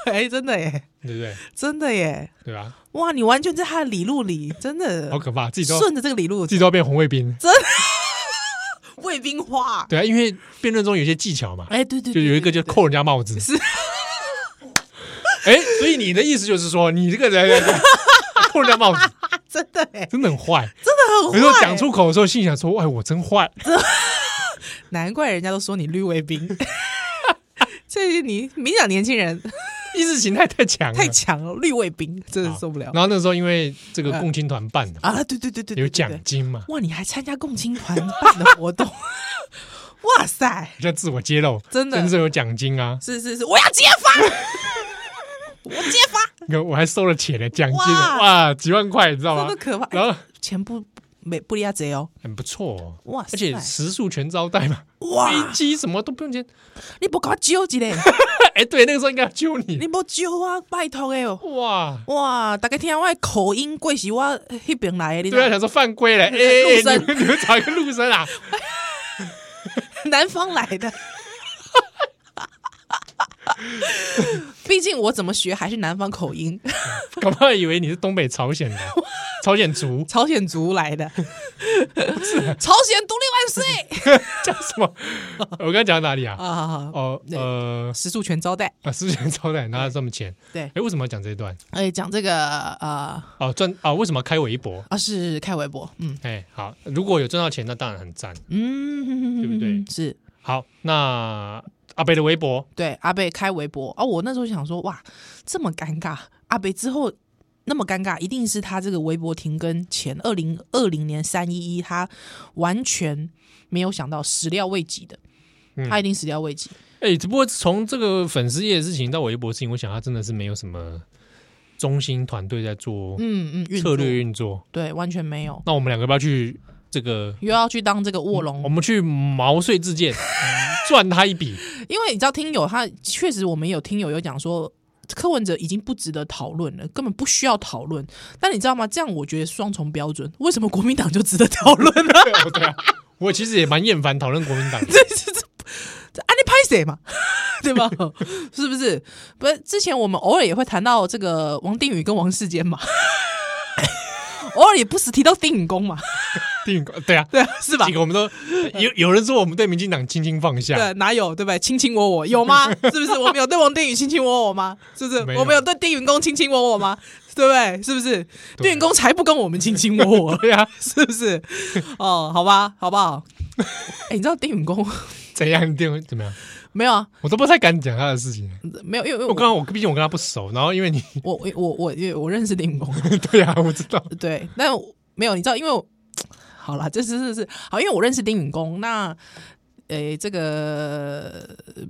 B: 哎，真的耶，
A: 对不对？
B: 真的耶，
A: 对吧？
B: 哇，你完全在他的理路里，真的
A: 好可哦怕，自己都
B: 顺着这个理路
A: 自，己都要变红卫兵。
B: 卫兵化，
A: 对啊，因为辩论中有一些技巧嘛，
B: 哎，对
A: 就
B: 对，对
A: 有一个就扣人家帽子。
B: 是。
A: 哎，所以你的意思就是说，你这个人 扣人家帽子，
B: 真的哎，
A: 真的很坏。
B: 真的
A: 有
B: 很
A: 时候
B: 坏，
A: 讲出口的时候，心想说：“哎，我真坏。
B: 难怪人家都说你绿卫兵。 这是你明讲年 轻人”
A: 意识形态太强了，
B: 太强了，绿卫兵真的
A: 好
B: 受不了
A: 然后那时候因为这个共青团办的嘛，
B: 啊！对对对对，对
A: 有
B: 对
A: 奖
B: 对
A: 金嘛，
B: 哇！你还参加共青团办的活动， 哇塞！
A: 叫自我揭露，
B: 真的
A: 真是有奖金 啊！
B: 是是是，我要揭发， 我揭 发，
A: 你看我还收了钱的奖金
B: 哇
A: 哇，几万块，你知道
B: 这
A: 吗
B: 么？可怕！
A: 啊然后
B: 钱不没不离啊贼哦，
A: 很不错哦，
B: 哇塞
A: 而且食宿全招待嘛，
B: 哇
A: 飞！机什么都不用钱。
B: 你不搞揪一嘞，
A: 哎，对，那个时候应该要救你
B: 你不揪啊，拜托诶哦！
A: 哇！
B: 哇，大家听我的口音，贵是我那边来的，你知
A: 对啊，
B: 道
A: 想说犯规了，哎
B: 陆
A: 哎，哎
B: 生
A: 你们 你们找一个陆生 啊，
B: 南方来 的。毕竟我怎么学还是南方口音，
A: 搞不好以为你是东北朝鲜的朝鲜 族，
B: 朝鲜族 来的，朝鲜独立万岁
A: 叫什么？我刚刚讲到哪里 啊？
B: 啊！
A: 哦，呃，
B: 食宿全招待，
A: 啊，私人招待拿了这么钱，
B: 对
A: 哎，为什么要讲这一段？
B: 哎，讲这个呃
A: 哦，赚啊，为什么要开微博？
B: 啊是开微博，嗯
A: 哎，好，如果有赚到钱，那当然很赞。
B: 嗯，
A: 对不对
B: 是
A: 好，那阿北的微博，
B: 对阿贝开微博哦，我那时候想说，哇，这么尴尬，阿贝之后那么尴尬，一定是他这个微博停更前，二零二零年三一一，他完全没有想到，始料未及的，
A: 嗯
B: 他一定始料未及。
A: 哎，只不过从这个粉丝业的事情到微博的事情，我想他真的是没有什么中心团队在做
B: 嗯嗯，运
A: 策
B: 作
A: 略运作。
B: 对，完全没有，
A: 那我们两个要不要去这个？
B: 又要去当这个卧龙
A: 我们去毛遂自荐，赚他一笔。
B: 因为你知道，听友他确实，我们有听友有讲说，柯文哲已经不值得讨论了，根本不需要讨论。但你知道吗？这样我觉得双重标准。为什么国民党就值得讨论呢？
A: 对啊对啊，我其实也蛮厌烦讨论国民党的。
B: 这这这这，啊，你拍谁嘛？对吧？是不是？不是，之前我们偶尔也会谈到这个王定宇跟王世坚嘛， 偶尔也不时提到丁允恭嘛，
A: 定宇哥对啊，
B: 对啊，是吧
A: 几？个我们都有有人说我们对民进党轻轻放下，
B: 对，哪有对不对？卿卿我我 有吗？是不是？我们有对王定宇卿卿我我吗？是不是
A: 没？有
B: 我们有对丁允恭卿卿我我吗？对不对？是不是？
A: 对
B: 丁允恭才不跟我们卿卿我 我，
A: 对啊，
B: 是不是？哦，好吧，好 不好？哎、你知道丁允恭
A: 怎样定怎么样，
B: 没有啊？
A: 我都不太敢讲他的事情。
B: 没有，因为因为
A: 我
B: 我
A: 刚刚我毕竟我跟他不熟，然后因为你
B: 我我我我因为我认识丁允恭，
A: 对啊，我知道，
B: 对，但我没有，你知道，因为我好啦，这 是是是好，因为我认识丁允恭，那呃、这个呃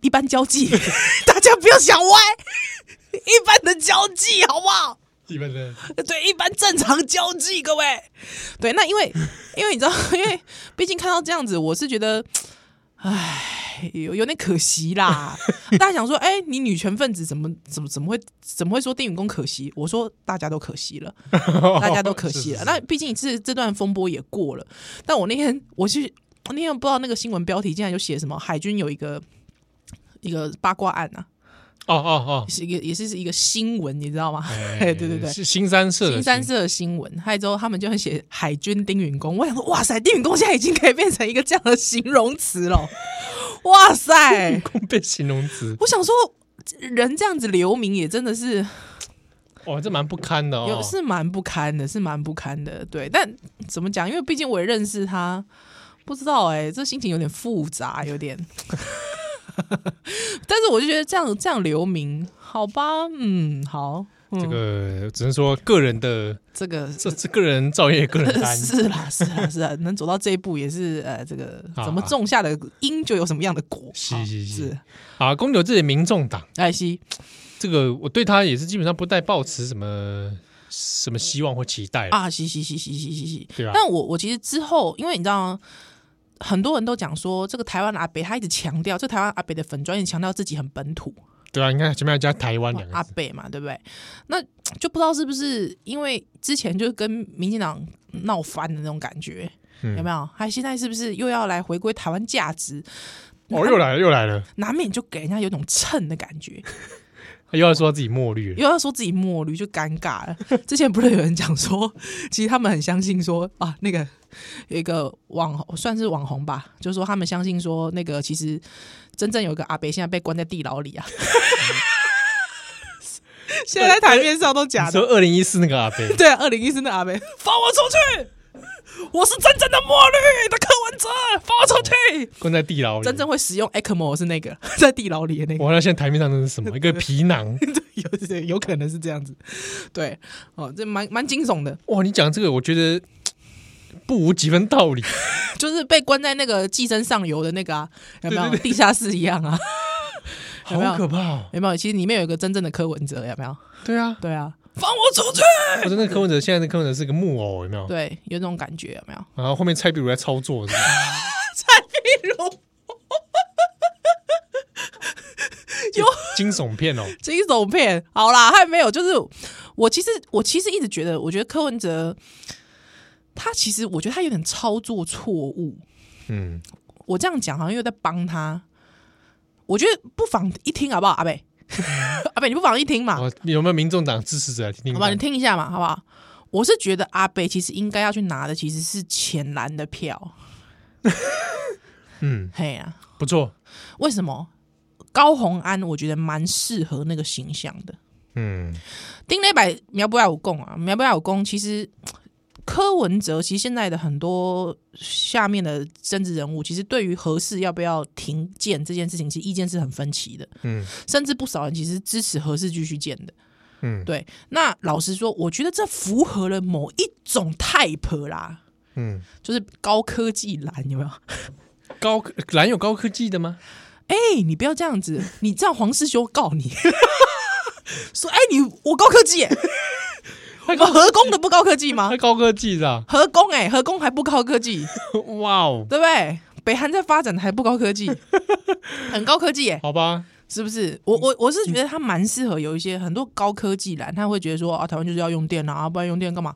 B: 一般交际， 大家不要想歪，一般的交际好不好？
A: 一般的
B: 对，一般正常交际，各位， 对，那因为因为你知道，因为毕竟看到这样子，我是觉得，唉，哎呦，有点可惜啦。 大家想说，哎、你女权分子怎么怎么怎么会怎么会说丁允恭可惜？我说大家都可惜了，大家都可惜
A: 哦
B: 了。
A: 是是是
B: 那毕竟是这段风波也过了。但我那天我去，我那天不知道那个新闻标题竟然就写什么海军有一个一个八卦案啊，
A: 哦哦哦，
B: 是一个也是一个新闻，你知道吗？
A: 哎
B: 对对对
A: 是新三社的
B: 新三社的新闻，还有之后他们就很写海军丁允恭，我想说，哇塞，丁允恭现在已经可以变成一个这样的形容词了，哇塞！
A: 公变形容词，
B: 我想说，人这样子留名也真的是
A: 哇，这蛮不堪的
B: 有
A: 哦。
B: 是蛮不堪的，是蛮不堪的，对。但怎么讲？因为毕竟我也认识他，不知道哎、这心情有点复杂，有 点。但是我就觉得这样这样留名，好吧，嗯，好，嗯、
A: 这个只能说个人的，
B: 这个
A: 这这个人造业，个人担。
B: 是啦，是啦，是啦，能走到这一步也是呃，这个
A: 啊
B: 怎么种下的因就有什么样的果。
A: 是
B: 啊
A: 是是
B: 是，哎
A: 啊，公牛这里民众党，
B: 艾希，
A: 这个我对他也是基本上不带抱持什么什么希望或期待啊。
B: 啊，是是是是是是是。
A: 对啊
B: 但我我其实之后，因为你知道，很多人都讲说，这个台湾的阿北他一直强调，这台湾阿北的粉专一直强调自己很本土，
A: 对啊，你看前面还加台湾两
B: 阿
A: 个字，
B: 北嘛，对不对？那就不知道是不是因为之前就是跟民进党闹翻的那种感觉，
A: 嗯
B: 有没有？还现在是不是又要来回归台湾价值？
A: 哦，又来了，又来了，
B: 难免就给人家有种蹭的感觉，
A: 又要说自己墨绿了。
B: 又要说自己墨绿就尴尬了。之前不是有人讲说，其实他们很相信说啊，那个有一个网红算是网红吧，就说他们相信说那个其实真正有一个阿北现在被关在地牢里啊。现在台面上都假
A: 你说
B: 的，，
A: 二零一四那个阿贝
B: 对、啊，二零一四的阿北放我出去，我是真正的墨绿的柯文哲，放我出去。
A: 关在地牢里，
B: 真正会使用 ECMO 是那个 在地牢里的那个。
A: 哇，那现在台面上那是什么？ 一个皮囊。
B: 有对，有可能是这样子，对，哦，这蛮蛮惊悚的，
A: 哇，你讲这个，我觉得不无几分道理。
B: 就是被关在那个寄生上游的那个啊，有没有
A: 对对
B: 地下室一样啊？ 有
A: 好
B: 没有
A: 可怕哦！
B: 有没有？其实里面有一个真正的柯文哲，有没有？
A: 对啊，
B: 对啊，放我出去！
A: 我真的柯文哲，现在的柯文哲是个木偶，有没有？
B: 对，有这种感觉，有没有？
A: 然后后面蔡壁如在操 作，是不是
B: 例 如
A: 惊悚片哦。
B: 惊悚片，好啦，还没有，就是我其实我其实一直觉得，我觉得柯文哲他其实我觉得他有点操作错误，
A: 嗯，
B: 我这样讲好像又在帮他。我觉得不妨一听好不好，阿 北，阿北，你不妨一听嘛，
A: 哦，有没有民众党支持者来听听
B: 啊好吧，你
A: 看？
B: 听一下嘛，好不好？我是觉得阿贝其实应该要去拿的其实是浅蓝的票，
A: 嗯，
B: 嘿呀、
A: 不错。
B: 为什么？高红安我觉得蛮适合那个形象的。
A: 嗯，
B: 丁磊百苗不要武功啊，苗不要武功。其实柯文哲其实现在的很多下面的政治人物，其实对于合适要不要停建这件事情，其实意见是很分歧的。
A: 嗯，
B: 甚至不少人其实支持合适继续建的。
A: 嗯
B: 对。那老实说，我觉得这符合了某一种 type 啦，
A: 嗯，
B: 就是高科技蓝，有没有？
A: 高科蓝有高科技的吗？
B: 哎、你不要这样子，你这样黄世修告你， 说哎、你我高科技、欸， 我合工的不高科技吗
A: 它？高科技的啊，
B: 合工哎、合工还不高科技，
A: 哇哦，
B: 对不对？北韩在发展还不高科技，很高科技哎、
A: 好吧，
B: 是不是？我
A: 嗯
B: 我我是觉得他蛮适合有一些很多高科技蓝，他会觉得说啊，台湾就是要用电啊，不然用电干嘛？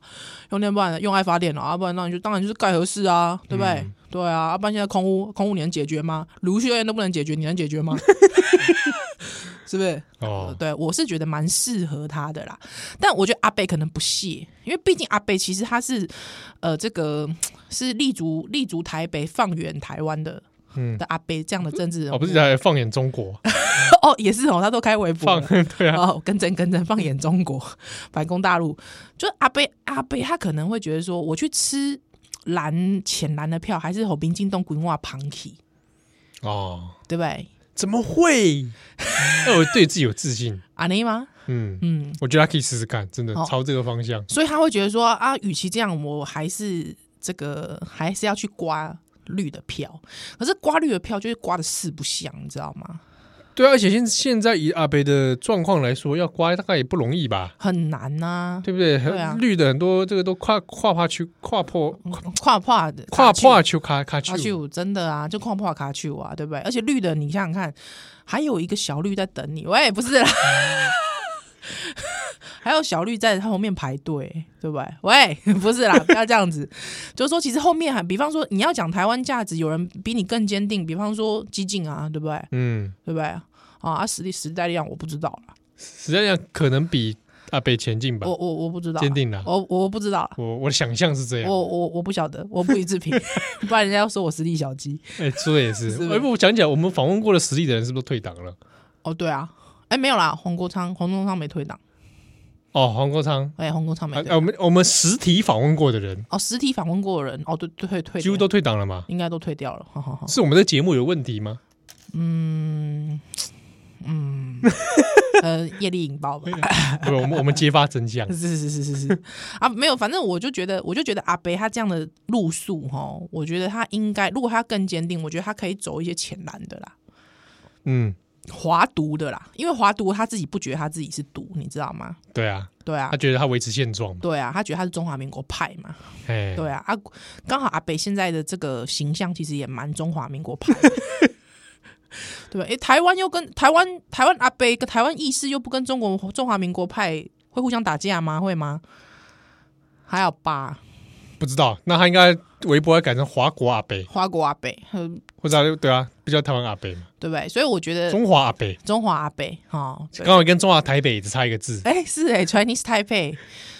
B: 用电不然用爱发电啊，不然当然就当然就是盖核市啊，对不对？
A: 嗯
B: 对啊，啊不然现在空屋空屋你能解决吗？卢秀燕都不能解决，你能解决吗？ 是不是？呃
A: 哦，
B: 对，我是觉得蛮适合他的啦。但我觉得阿贝可能不屑，因为毕竟阿贝其实他是呃，这个是立足立足台北，放远台湾的。
A: 嗯
B: 的阿贝这样的政治人物
A: 哦，不是，还放眼中国，
B: 哦，也是哦，他都开微博
A: 放
B: 了
A: 对啊，
B: 哦，跟真跟真，放眼中国，反攻大陆，就是阿贝阿贝，他可能会觉得说，我去吃蓝浅蓝的票，还是吼民进东滚化旁起，
A: 哦，
B: 对不对？
A: 怎么 会？那我对自己有自信，
B: 阿内吗？
A: 嗯，
B: 嗯，
A: 我觉得他可以试试看，真的
B: 好
A: 朝这个方向。
B: 所以他会觉得说啊，与其这样，我还是这个还是要去刮绿的票。可是刮绿的票就是刮的四不像，你知道吗？
A: 对啊，而且现现在以阿北的状况来说，要刮大概也不容易吧，
B: 很难呐、
A: 对不对？
B: 对啊
A: 绿的很多，这个都跨跨跨区跨破
B: 跨跨的
A: 跨
B: 卡丘
A: 跨区卡卡
B: 卡
A: 区，
B: 丘真的啊，就跨跨卡丘啊，对不对？而且绿的，你想想看，还有一个小绿在等你，喂，不是啦， 还有小绿在后面排队，对不对？喂， 不是啦，不要这样子，就是说，其实后面还，比方说你要讲台湾价值，有人比你更坚定，比方说激进啊，对不对？
A: 嗯，
B: 对不对？啊，啊，实力时代力量我不知道了，
A: 实际上可能比阿北前进吧
B: 我，我我不知道啦，
A: 坚定啊啦。
B: 我我不知道啦。
A: 我我的想象是这样，
B: 我我我不晓得，我不予置评， 不然人家要说我实力小鸡。
A: 哎，说的也是。
B: 是吧
A: 哎，不，我讲讲，我们访问过的实力的人是不是都退党了？
B: 哦，对啊，哎，没有啦，黄国昌，黄国昌没退党，
A: 哦，黄国昌，
B: 哎，黄国昌没
A: 啊，
B: 退
A: 啊
B: 党
A: 我们我们实体访问过的人，
B: 哦，实体访问过的哦人，哦，对对退退，
A: 几乎都退党了嘛？
B: 应该都退掉了， 哈哈哈。
A: 是我们的节目有问题 吗？
B: 嗯嗯，呃，业力引爆吧，
A: 不，我们我们揭发真相。
B: 是是是是是啊，没有，反正我就觉得，我就觉得阿北他这样的路数哈，我觉得他应该，如果他更坚定，我觉得他可以走一些浅蓝的啦。
A: 嗯，
B: 华独的啦，因为华独他自己不觉得他自己是独，你知道吗？
A: 对啊，
B: 对啊
A: 他，觉得他维持现状嘛，
B: 对啊，他觉得他是中华民国派嘛，
A: 哎，
B: 对啊，啊，刚好阿北现在的这个形象其实也蛮中华民国派的， 对吧？诶，台湾又跟台湾台湾阿北跟台湾意识又不跟中国中华民国派会互相打架吗？会吗？还有吧，
A: 不知道，那他应该微博要改成华国阿北，
B: 花国阿北，呃
A: 或者对啊，不叫台湾阿北嘛，
B: 对不对？所以我觉得
A: 中华阿北，
B: 中华阿北哈，对
A: 刚好跟中华台北只差一个字。
B: 哎、是哎、c h i n e s e Taipei，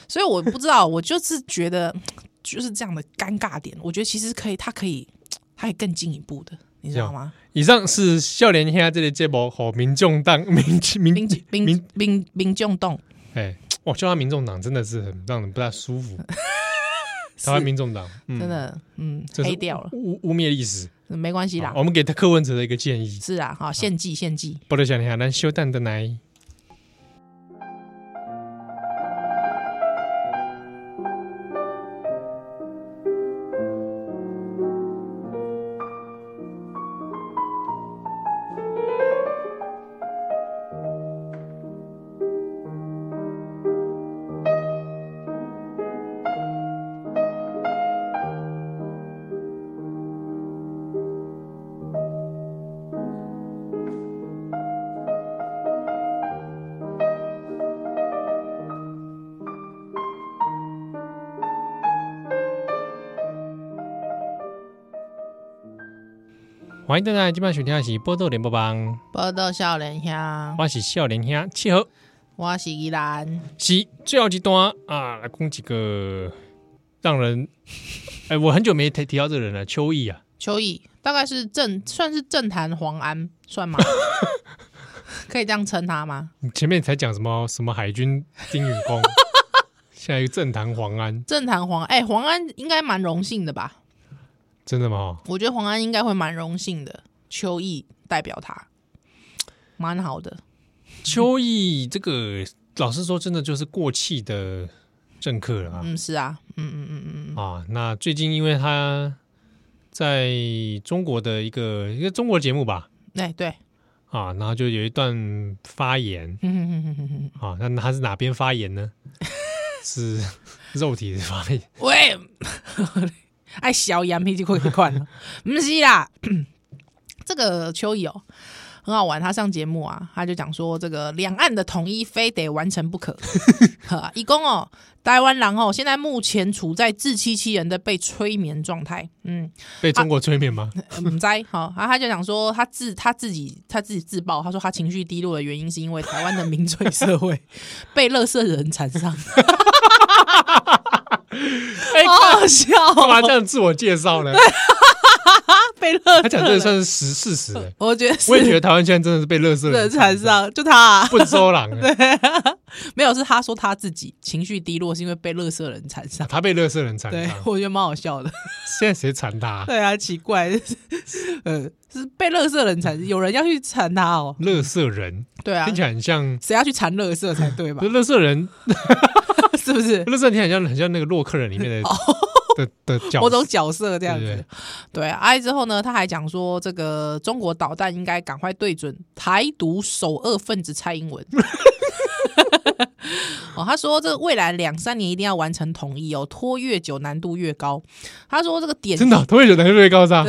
B: 所以我不知道，我就是觉得就是这样的尴尬点，我觉得其实可以，他可以，他可以更进一步的，你知道吗？
A: 以上是笑脸兄这类节目和民众党 民
B: 民
A: 民民
B: 民民民众动
A: 哎，我叫他民众党真的是很让人不大舒 服。台湾民众党，嗯
B: 真的，嗯，
A: 这是
B: 黑掉了，
A: 污污蔑历史。
B: 没关系啦
A: 好。我们给他柯文哲的一个建议，
B: 是啊，哈，献祭献祭。
A: 不得笑脸兄，咱休蛋的来。欢迎大家今晚收听的是《波多联播帮》，
B: 报道少年兄，
A: 我是笑脸兄，契合。
B: 我是依兰，
A: 是最后一段啊，来讲几个让人， 哎、我很久没提提到这个人了，秋意啊，
B: 秋意大概是政算是政坛黄安算 吗？可以这样称他吗？
A: 你前面才讲什么什么海军丁允恭， 现在又政坛黄安，
B: 政坛黄哎、黄安应该蛮荣幸的吧？
A: 真的吗？
B: 我觉得黄安应该会蛮荣幸的，秋意代表他，蛮好的。
A: 秋意这个，老实说，真的就是过气的政客了啊、
B: 嗯，是啊，嗯嗯嗯嗯嗯，
A: 啊！那最近因为他在中国的一个一个中国节目吧
B: 哎、对，
A: 啊，然后就有一段发言，
B: 嗯嗯嗯嗯嗯，
A: 啊，那他是哪边发炎 呢？是肉体的发炎，
B: 喂，爱小羊皮就会款了，不是啦。 这个秋意哦，很好玩。他上节目啊，他就讲说，这个两岸的统一非得完成不可。哈一共哦，台湾人哦，现在目前处在自欺欺人的被催眠状态。嗯，
A: 被中国催眠 吗？
B: 唔嗯知好，然后他就讲说他自他自己他自己自爆，他说他情绪低落的原因是因为台湾的民粹社 会被乐色人缠上，
A: 哎、
B: 好好笑
A: 干
B: 哦、
A: 嘛这样自我介绍呢？
B: 啊被乐
A: 他
B: 色
A: 讲这个
B: 人，
A: 算是实事实的。
B: 我觉得 是
A: 我也觉得台湾现在真的是被乐色
B: 人缠，上，就他啊、
A: 不收狼了。
B: 没有是他说他自己情绪低落是因为被乐色人 缠上，
A: 他被乐色人缠
B: 对
A: 上，
B: 我觉得蛮好笑的，
A: 现在谁缠他？
B: 对啊，奇怪， 就是呃是被乐色人缠，有人要去缠他哦，
A: 乐色人
B: 对啊
A: 听。起来很像，
B: 谁要去缠乐色才对吧
A: 不？是乐色人，
B: 是不是？
A: 乐色听起来很像很像那个洛克人里面的 的的角
B: 哦某种
A: 色
B: 角色这样
A: 对
B: 子
A: 对。
B: 对，哎之后呢，他还讲说，这个中国导弹应该赶快对准台独首恶分子蔡英文。 哦，他说这未来两三年一定要完成统一哦，拖越久难度越高。他说这个点
A: 真的啊，他会觉得会高啥？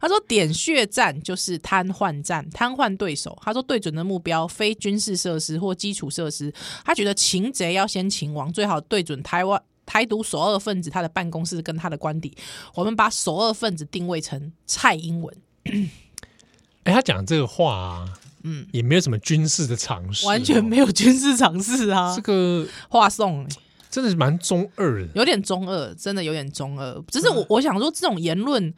B: 他说点穴战就是瘫痪战，瘫痪对手。他说对准的目标非军事设施或基础设施，他觉得擒贼要先擒王，最好对准台湾。台独首二分子他的办公室跟他的官邸，我们把首二分子定位成蔡英文，
A: 哎，他讲这个话啊，嗯，也没有什么军事的常识哦，
B: 完全没有军事常识啊
A: 这，个
B: 话送、
A: 真的是蛮中二的。
B: 有点中二，真的有点中二。只是我我想说，这种言论，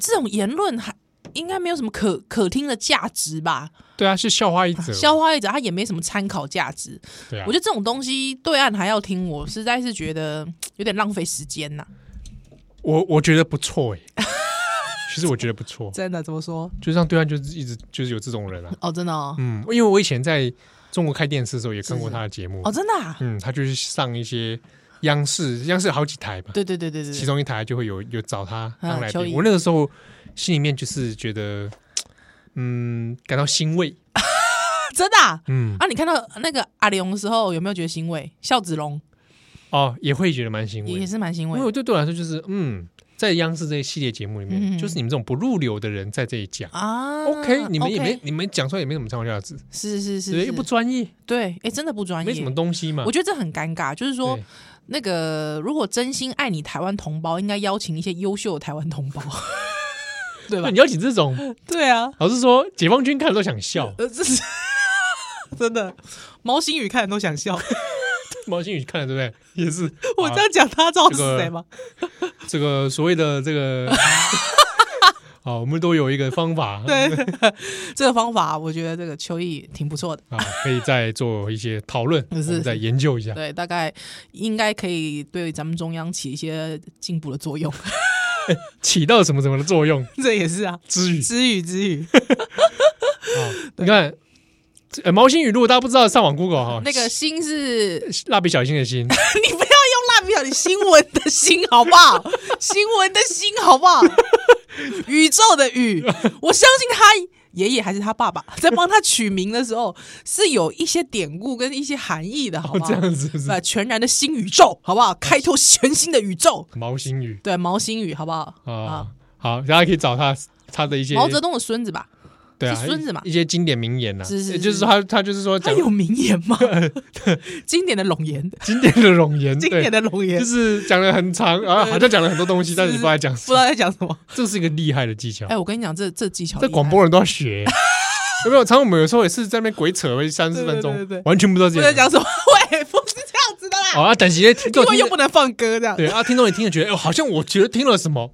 B: 这种言论还应该没有什么可可听的价值吧？
A: 对啊，是校花一则，
B: 消化一者他也没什么参考价值。
A: 对啊
B: 我觉，得这种东西对岸还要听，我实在是觉得有点浪费时间呐、
A: 我我觉得不错哎，其实我觉得不错，
B: 真的怎么说？
A: 就让对岸就是一直就是有这种人啊，
B: 哦，真的哦，
A: 嗯，因为我以前在中国开电视的时候也看过他的节目
B: 哦，，真的、啊。
A: 嗯，他就是上一些央视，央视有好几台吧，
B: 对对对对对，
A: 其中一台就会有有找他当来
B: 啊邱
A: 宾。
B: 怡
A: 我那个时候心里面就是觉得，嗯，感到欣慰，
B: 真的啊！
A: 嗯，
B: 啊你看到那个阿龙的时候，有没有觉得欣慰？孝子龙
A: 哦，也会觉得蛮欣慰
B: 也也，是蛮欣
A: 因
B: 慰
A: 为我对对我来说就是，嗯，在央视这一系列节目里
B: 嗯
A: 面，就是你们这种不入流的人在这里讲。
B: 啊。
A: OK，你们也没
B: OK，
A: 你们讲出来也没什么参考价值，
B: 是是是
A: 对，
B: 是，
A: 又不专业，
B: 对，哎，真的不专业，
A: 没什么东西嘛
B: 我。觉得这很尴尬，就是说
A: 对，
B: 那个如果真心爱你台湾同胞，应该邀请一些优秀的台 湾同胞，对吧
A: 对，？你邀请这种，
B: 对啊，
A: 老实说，解放军看了都想 笑，
B: 呃，这是真的，毛新宇看了都想笑。
A: 毛新宇看了对不对？也是，
B: 我
A: 好
B: 这样讲，他知道是
A: 这个
B: 谁吗？
A: 这个所谓的这 个，好，我们都有一个方法，
B: 对，这个方法我觉得这个秋意挺不 错的。
A: 啊，可以再做一些讨论，我
B: 是
A: 们再研究一下。
B: 对，大概应该可以对咱们中央起一些进步的作用。
A: 起到什么什么的作用？
B: 这也是啊，
A: 之语，
B: 知语知语，
A: 你看，呃，毛新宇，如果大家不知道，上网 Google 哈，
B: 哦那个心 是，
A: 蜡笔小新的新，
B: 你不要用蜡笔小新新闻的新好不 好？新闻的新好 不好？宇宙的宇，我相信他爷爷还是他爸 爸在帮他取名的时候是有一些典故跟一些含义的，好不 好？
A: 这样子是不是
B: 对，全然的新宇宙，好不好？开拓全新的宇宙，
A: 毛新宇
B: 对，毛新宇，好不好？啊，
A: 啊，好，大家可以找他他的一些
B: 毛泽东的孙子吧？
A: 对啊
B: 是孙子嘛
A: 一些经典名言呐，
B: 是
A: 也
B: 是是
A: 就是说他他就是说
B: 他
A: 讲
B: 有名言 吗？经典的龙言，
A: 经典的冗 言，
B: 经典
A: 对，
B: 的龙言
A: 就，是讲了很长啊，好像讲了很多东西，但是你不知道在讲
B: 不
A: 什
B: 知道在讲什么。
A: 么，这是一个厉害的技巧
B: 哎，，我跟你讲，这这技巧厉
A: 这
B: 害，
A: 广播人都要 学。有没有？常常我们有时候也是在那边鬼扯三四
B: 对
A: 分
B: 对对
A: 钟
B: 对，
A: 完全不知道自
B: 不
A: 己
B: 知道在讲什么， 喂，不是这样子的
A: 哦
B: 啦，
A: 啊，等 些听
B: 因
A: 众
B: 为
A: 听
B: 又
A: 着
B: 不能放歌这样。
A: 对啊，听众也听着觉得，哎、好像我觉得听了什 么。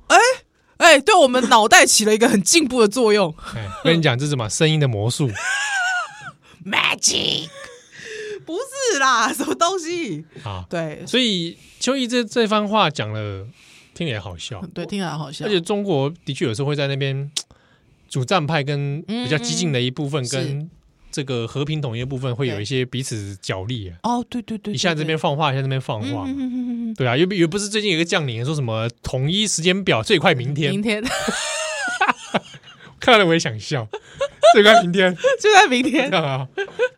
B: 哎，对我们脑袋起了一个很进步的 作用
A: 哎、跟你讲，这是什么声音的魔术？
B: ，magic。不是啦，什么东西？
A: 啊？
B: 对
A: 所以秋意这这番话讲了，听了也好笑。
B: 对，听起来好笑
A: 而。且中国的确有时候会在那边主战派跟比较激进的一部分
B: 嗯
A: 跟这个和平统一的部分会有一些彼此角力啊，
B: 哦，对对对，
A: 一下这边放话，一下这边放
B: 嗯
A: 话。
B: 嗯嗯嗯嗯
A: 对啊，又又不是最近有一个将领说什么统一时间表最快明
B: 嗯，
A: 天
B: 明，天
A: 看了我也想笑。 最快明天，
B: 就在明天
A: 这。样啊？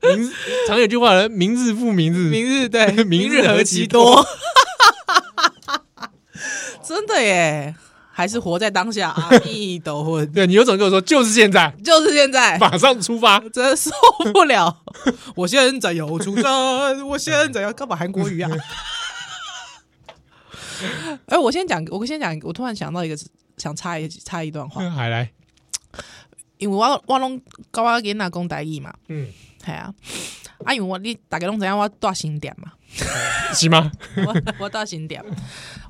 A: 明常有句话人，明日复 明日，
B: 明日对
A: 明日何其
B: 多， 真的耶，还是活在当下，阿弥陀佛，
A: 对你有种跟我说，就是现在，
B: 就是现 在，
A: 马上出发。
B: 真受不了。 我现在有出征，我现在要干嘛？韩 国语啊！哎，我先讲，我先讲，我突然想到一个，想插一插一段话，
A: 还哎来，
B: 因为我我拢跟我囡仔讲台语嘛，
A: 嗯，
B: 系啊，啊因为我你大家拢知影我住新店嘛。
A: 是吗？
B: 我我到新店，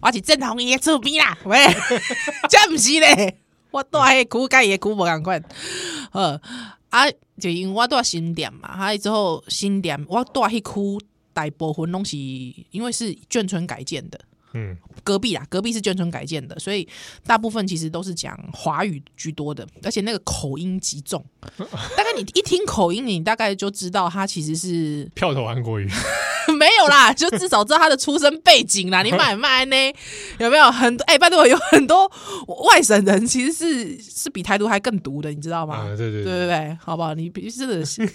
B: 我是正统伊的厝边啦，喂， 这毋是咧，我住迄区甲伊的区无共款，呃，啊，就因为我住新店嘛，啊之后新店我住迄区大部分拢是因为是眷村改建的，
A: 嗯，
B: 隔壁啦，隔壁是眷村改建的，所以大部分其实都是讲华语居多的，而且那个口音极重。大概你一听口音，你大概就知道他其实是
A: 票投韩国语，
B: 没有啦，就至少知道他的出身背景啦。你买卖呢，有没有很多？哎、拜托，有很多外省人其实是是比台独还更毒的，你知道吗？
A: 啊，对对
B: 对
A: 对，
B: 对对，好不好？你必须真的是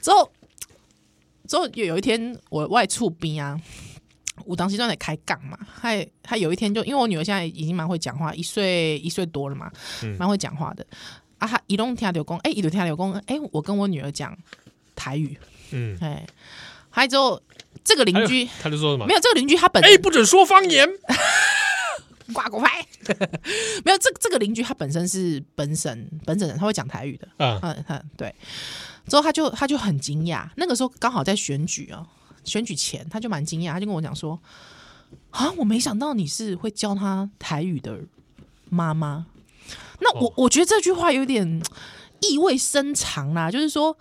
B: 之后之后有有一天我外出兵啊，武当西装得开杠嘛，他也他有一天就因为我女儿现在已经蛮会讲话，一岁一岁多了嘛，
A: 嗯
B: 蛮会讲话的、啊，他一弄听柳公，哎、一路听柳公，哎、我跟我女儿讲台语，
A: 嗯，
B: 哎、还有之后这个邻
A: 还有
B: 居。
A: 他就说什么
B: 没？有这个邻居，他本
A: 哎，不准说方言，
B: 挂国牌， 没有这这个邻居，他本身是本省本省人，他会讲台语的，
A: 啊，
B: 嗯嗯，对。之后他就他就很惊讶，那个时候刚好在选举哦，选举前他就蛮惊讶，他就跟我讲说：“啊，我没想到你是会教他台语的妈妈。”那我、
A: 哦
B: 我觉得这句话有点意味深长啦，就是说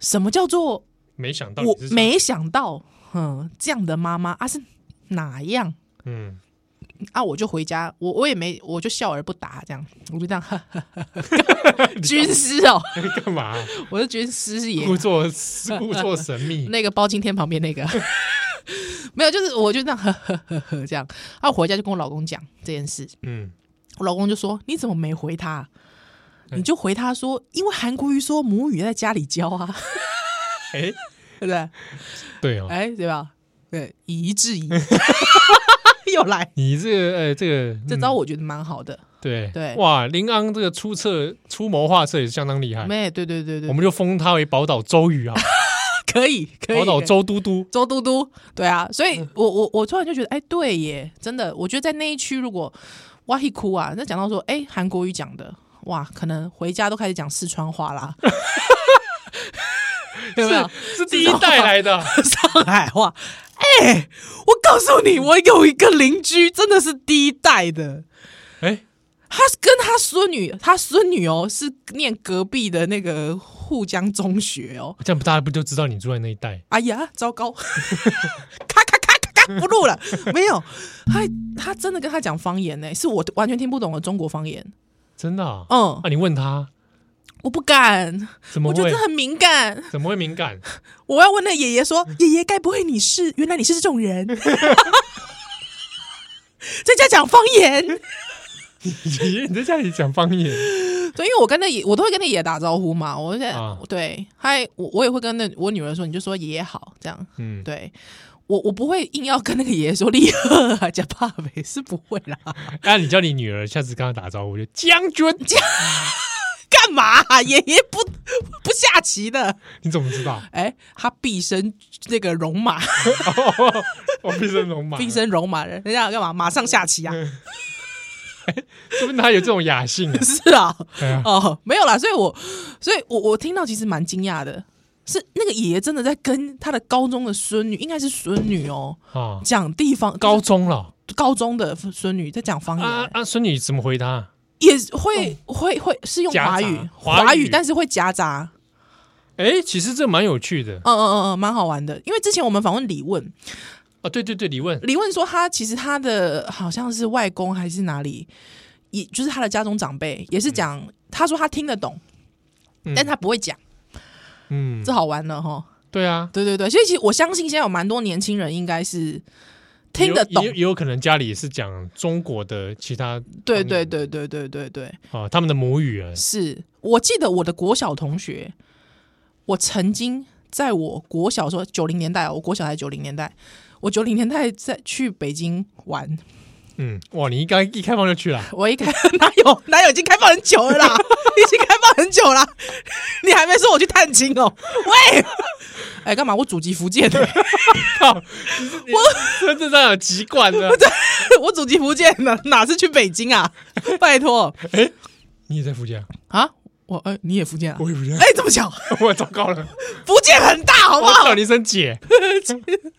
B: 什么叫做
A: 没想到你
B: 我
A: 是这样，
B: 没想到，嗯，这样的妈妈啊是哪样？
A: 嗯，
B: 啊，我就回家，我我也没，我就笑而不答，这样，我就这样，哈哈哈哈军师哦，
A: 干嘛啊
B: 我是军师爷，
A: 故作 故作神秘？
B: 那个包青天旁边那个， 没有，就是我就这样呵呵呵呵这样。啊，我回家就跟我老公讲这件事，
A: 嗯，
B: 我老公就说：“你怎么没回他？”
A: 嗯
B: 你就回他说：“因为韩国瑜说母语在家里教啊，
A: 哎，
B: 对不对？
A: 对哦，
B: 哎，对吧？对，以夷制夷， 又来。
A: 你这个哎，这个
B: 这
A: 嗯
B: 招我觉得蛮好的，
A: 对
B: 对
A: 哇，林昂这个出策出谋划策也是相当厉害，
B: 没、对对对
A: 哎我
B: 对，
A: 们就封他为宝岛周 瑜啊，
B: 可以可以。
A: 宝岛
B: 可以”
A: 周都 督，
B: 周嘟嘟，对啊，所
A: 嗯
B: 以我我我突然就觉得，哎，对耶，真的，我觉得在那一区，如果哇一哭啊，那讲到说，哎，韩国语讲的，哇，可能回家都开始讲四川 话啦， 有没有
A: 是第一代来的，
B: 啊 上海话？哎，我告诉你，我有一个邻居真的是第一代的，
A: 哎，
B: 他跟他孙女，他孙女哦是念隔壁的那个沪江中学哦，
A: 这样大家不就知道你住在那一带？
B: 哎呀，糟糕！ 咔咔咔咔咔，不录 了。没有，他他真的跟他讲方言呢、是我完全听不懂的中国方言。
A: 真的啊？
B: 嗯，
A: 啊，你问他
B: 我不敢，
A: 怎么
B: 我觉得
A: 会
B: 这很敏感。
A: 怎么会敏感？
B: 我要问那爷爷说：“
A: 嗯
B: 爷爷，该不会你是原来你是这种人？” 在家讲方言，
A: 爷爷你在家里讲方言，
B: 对，因为我跟那爷，我都会跟那爷爷打招呼嘛。我在、
A: 啊
B: 对，嗨，我我也会跟那我女儿说，你就说爷爷好，这样。
A: 嗯，
B: 对我我不会硬要跟那个爷爷说厉害假怕呗，是不会啦。
A: 那你叫你女儿下次跟她打招呼，就将军，
B: 干嘛、爷爷不 不下棋的，
A: 你怎么知道？
B: 哎、他毕生那个 戎马，
A: 我毕生戎马，
B: 毕，生戎马，人家干嘛？马上下棋啊？。
A: 嗯说不定他有这种雅兴啊
B: 是啊，
A: 哎呀
B: 哦，没有啦，所以我，所以我我听到其实蛮惊讶的，是那个爷爷真的在跟他的高中的孙女，应该是孙女哦，
A: 啊，
B: 讲地方
A: 高
B: 就是
A: 中了
B: 高中的孙女在讲方言。
A: 啊啊，孙女怎么回他？
B: 也会会会是用
A: 夹杂
B: 华语，
A: 华语
B: 华语，但是会夹杂，
A: 哎，其实这蛮有趣的
B: 嗯嗯嗯嗯，蛮好玩的。因为之前我们访问李问，
A: 啊。对对对，你问
B: 呃李问说他其实他的好像是外公还是哪里，也就是他的家中长辈，也是讲、他说他听得懂，
A: 嗯
B: 但他不会讲，
A: 嗯
B: 这，好玩了哈。
A: 对啊，
B: 对对对，所以其实我相信现在有蛮多年轻人应该是听得
A: 也有
B: 懂
A: 也，有也有可能家里也是讲中国的其他
B: 对对对对对对对，
A: 啊，他们的母语啊，
B: 是我记得我的国小同学，我曾经在我国小的时候，九零年代哦，我国小还九零年代，我九零年代在去北京玩，
A: 嗯，哇，你一刚一开放就去 了，
B: 我一开哪有哪有已经开放很久 了啦，已经开放很久啦，你还没说我去探亲哦、喂，哎、干嘛？我祖籍福 建、的，
A: 我真的有籍贯的，
B: 我祖籍福建哪哪是去北京啊？拜托
A: 你也在福建啊，
B: 啊，我哎、你也福建啊？
A: 我也福建啊，
B: 哎、这么巧，
A: 我糟糕了，
B: 福建很大，好不
A: 我
B: 好
A: 叫？你一声姐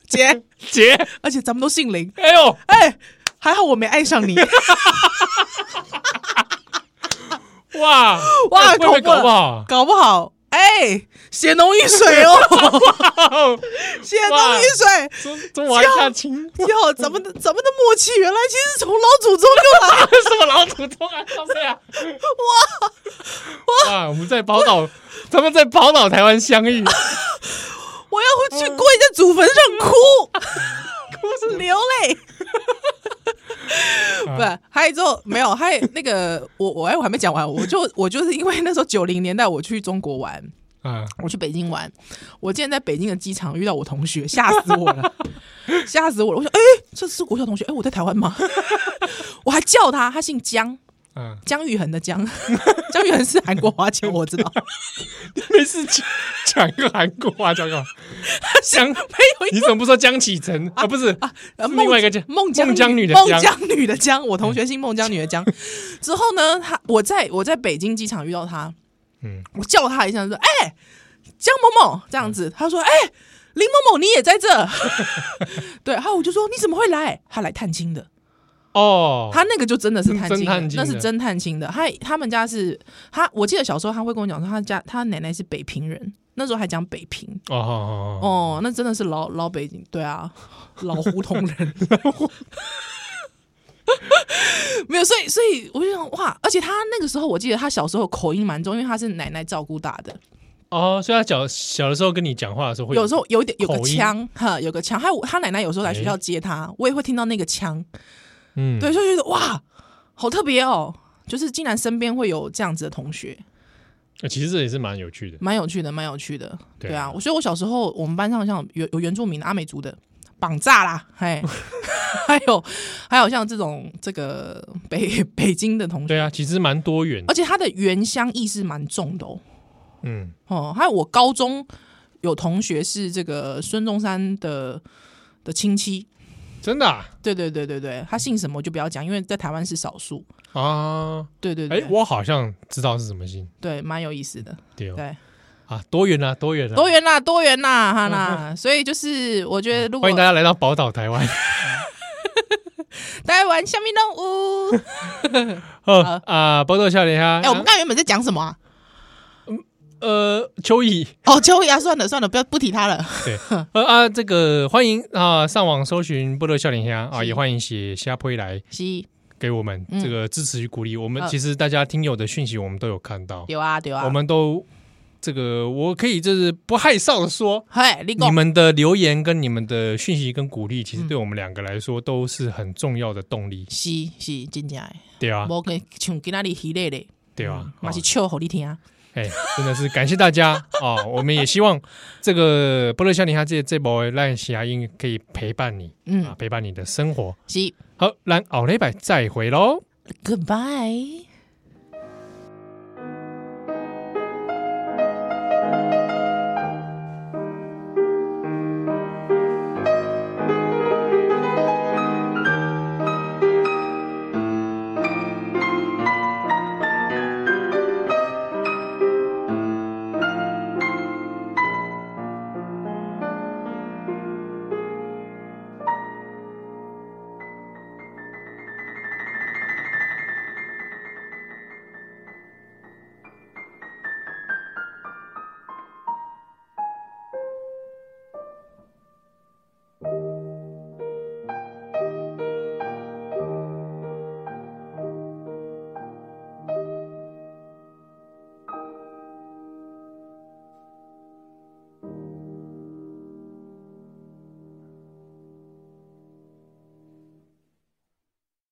B: 姐，
A: 姐，
B: 而且咱们都姓林，
A: 哎呦，
B: 哎、还好我没 爱上你，
A: 哇
B: 哇
A: 会不会搞
B: 恐怖了
A: 不好？
B: 搞不好哎，血浓于水 哦，血浓于水。
A: 中中华一下清，
B: 哟，咱们的咱们的默契原来其实是从老祖宗就来，
A: 什么老祖宗啊，上辈啊！哇啊哇！我们在宝岛，咱们在宝岛台湾相遇，
B: 我要去跪在祖坟上哭，
A: 哭
B: 流泪。不，还有之后没有，还有那个我我哎，我还没讲完，我就我就是因为那时候九零年代我去中国玩，
A: 啊！
B: 我去北京玩，我竟然在北京的机场遇到我同学，吓死我了，吓死我了！我想，哎、这是国小同学，哎、我在台湾吗？我还叫他，他姓姜，
A: 啊，
B: 姜育恒的姜，姜育恒是韩国华侨，我知道，
A: 没事讲讲一个韩国话，讲 个江，
B: 没有一
A: 你怎么不说江启程啊？不是，
B: 呃
A: 是另外一个江
B: 孟姜
A: 孟姜女的嗯
B: 孟
A: 姜
B: 姜女的姜，我同学姓孟姜女的姜。之后呢，他我在我在北京机场遇到他，
A: 嗯，
B: 我叫他一下说：“哎、江某某。”这样子，他说：“哎、林某某，你也在这？” 对，然后我就说：“你怎么会来？”他来探亲的，
A: 哦，
B: 他那个就真的是探亲
A: 真探
B: 的，
A: 亲的
B: 那是真探亲的。他他们家是他，我记得小时候他会跟我讲说，他家他奶奶是北平人，那时候还讲北平。
A: 哦哦哦，
B: 哦，那真的是老老北京，对啊，老胡同人。 没有，所以所以我就想哇，而且他那个时候，我记得他小时候口音蛮重，因为他是奶奶照顾大的，
A: 哦，所以他小小的时候跟你讲话的时候会
B: 有时候有点有个
A: 口音
B: 腔哈，有个腔，还有他奶奶有时候来学校接他，我也会听到那个腔，
A: 嗯，
B: 对，就觉得哇，好特别哦，就是竟然身边会有这样子的同学，
A: 呃，其实这也是蛮有趣的。
B: 蛮有趣的，蛮有趣的。
A: 对
B: 对啊，我所以我小时候我们班上像有有原住民的阿美族的绑架啦，哎， 还有还有像这种这个 北北京的同学，
A: 对啊，其实蛮多元的
B: 而。且他的原乡意识蛮重的哦。
A: 嗯，
B: 哦，还有我高中有同学是这个孙中山的的亲戚，
A: 真的啊
B: 对对对对对，他姓什么我就不要讲，因为在台湾是少数。
A: 啊，
B: 对对对，
A: 哎，我好像知道是什么星，
B: 对，蛮有意思的。
A: 对哦
B: 对，
A: 啊，多元啊，多元啊，
B: 多元啦，多元啦，哈啦，所以就是我觉得如果
A: 欢迎大家来到宝岛 台湾。
B: 台湾下面动物。
A: 哦啊，宝岛笑脸
B: 哎、
A: 哈
B: 我们，刚才原本在讲什么啊？
A: 呃，秋意。
B: 哦，秋雅，算了算了，不要不提他了。
A: 呃啊，这个欢迎啊，上网搜寻波乐笑脸虾啊，
B: 是
A: 也欢迎写虾推来
B: 是，
A: 给我们
B: 嗯
A: 这个支持与鼓励。我们
B: 呃
A: 其实大家听友的讯息，我们都有看到，
B: 对啊对啊。
A: 我们都这个我可以就是不害臊的说，
B: 嘿，你
A: 你
B: 讲
A: 们的留言跟你们的讯息跟鼓励，其实
B: 嗯
A: 对我们两个来说都是很重要的动力，
B: 是是真正的，
A: 对啊，
B: 无跟像今仔日系列的，
A: 对啊，
B: 嘛
A: 啊
B: 是笑给你听。
A: 哎、真的是感谢大家 啊！我们也希望这个《波乐笑脸虾》这这波让霞音可以陪伴你啊
B: 嗯，，
A: 陪伴你的生活。
B: 是
A: 好，咱后礼拜再会喽。
B: ，Goodbye。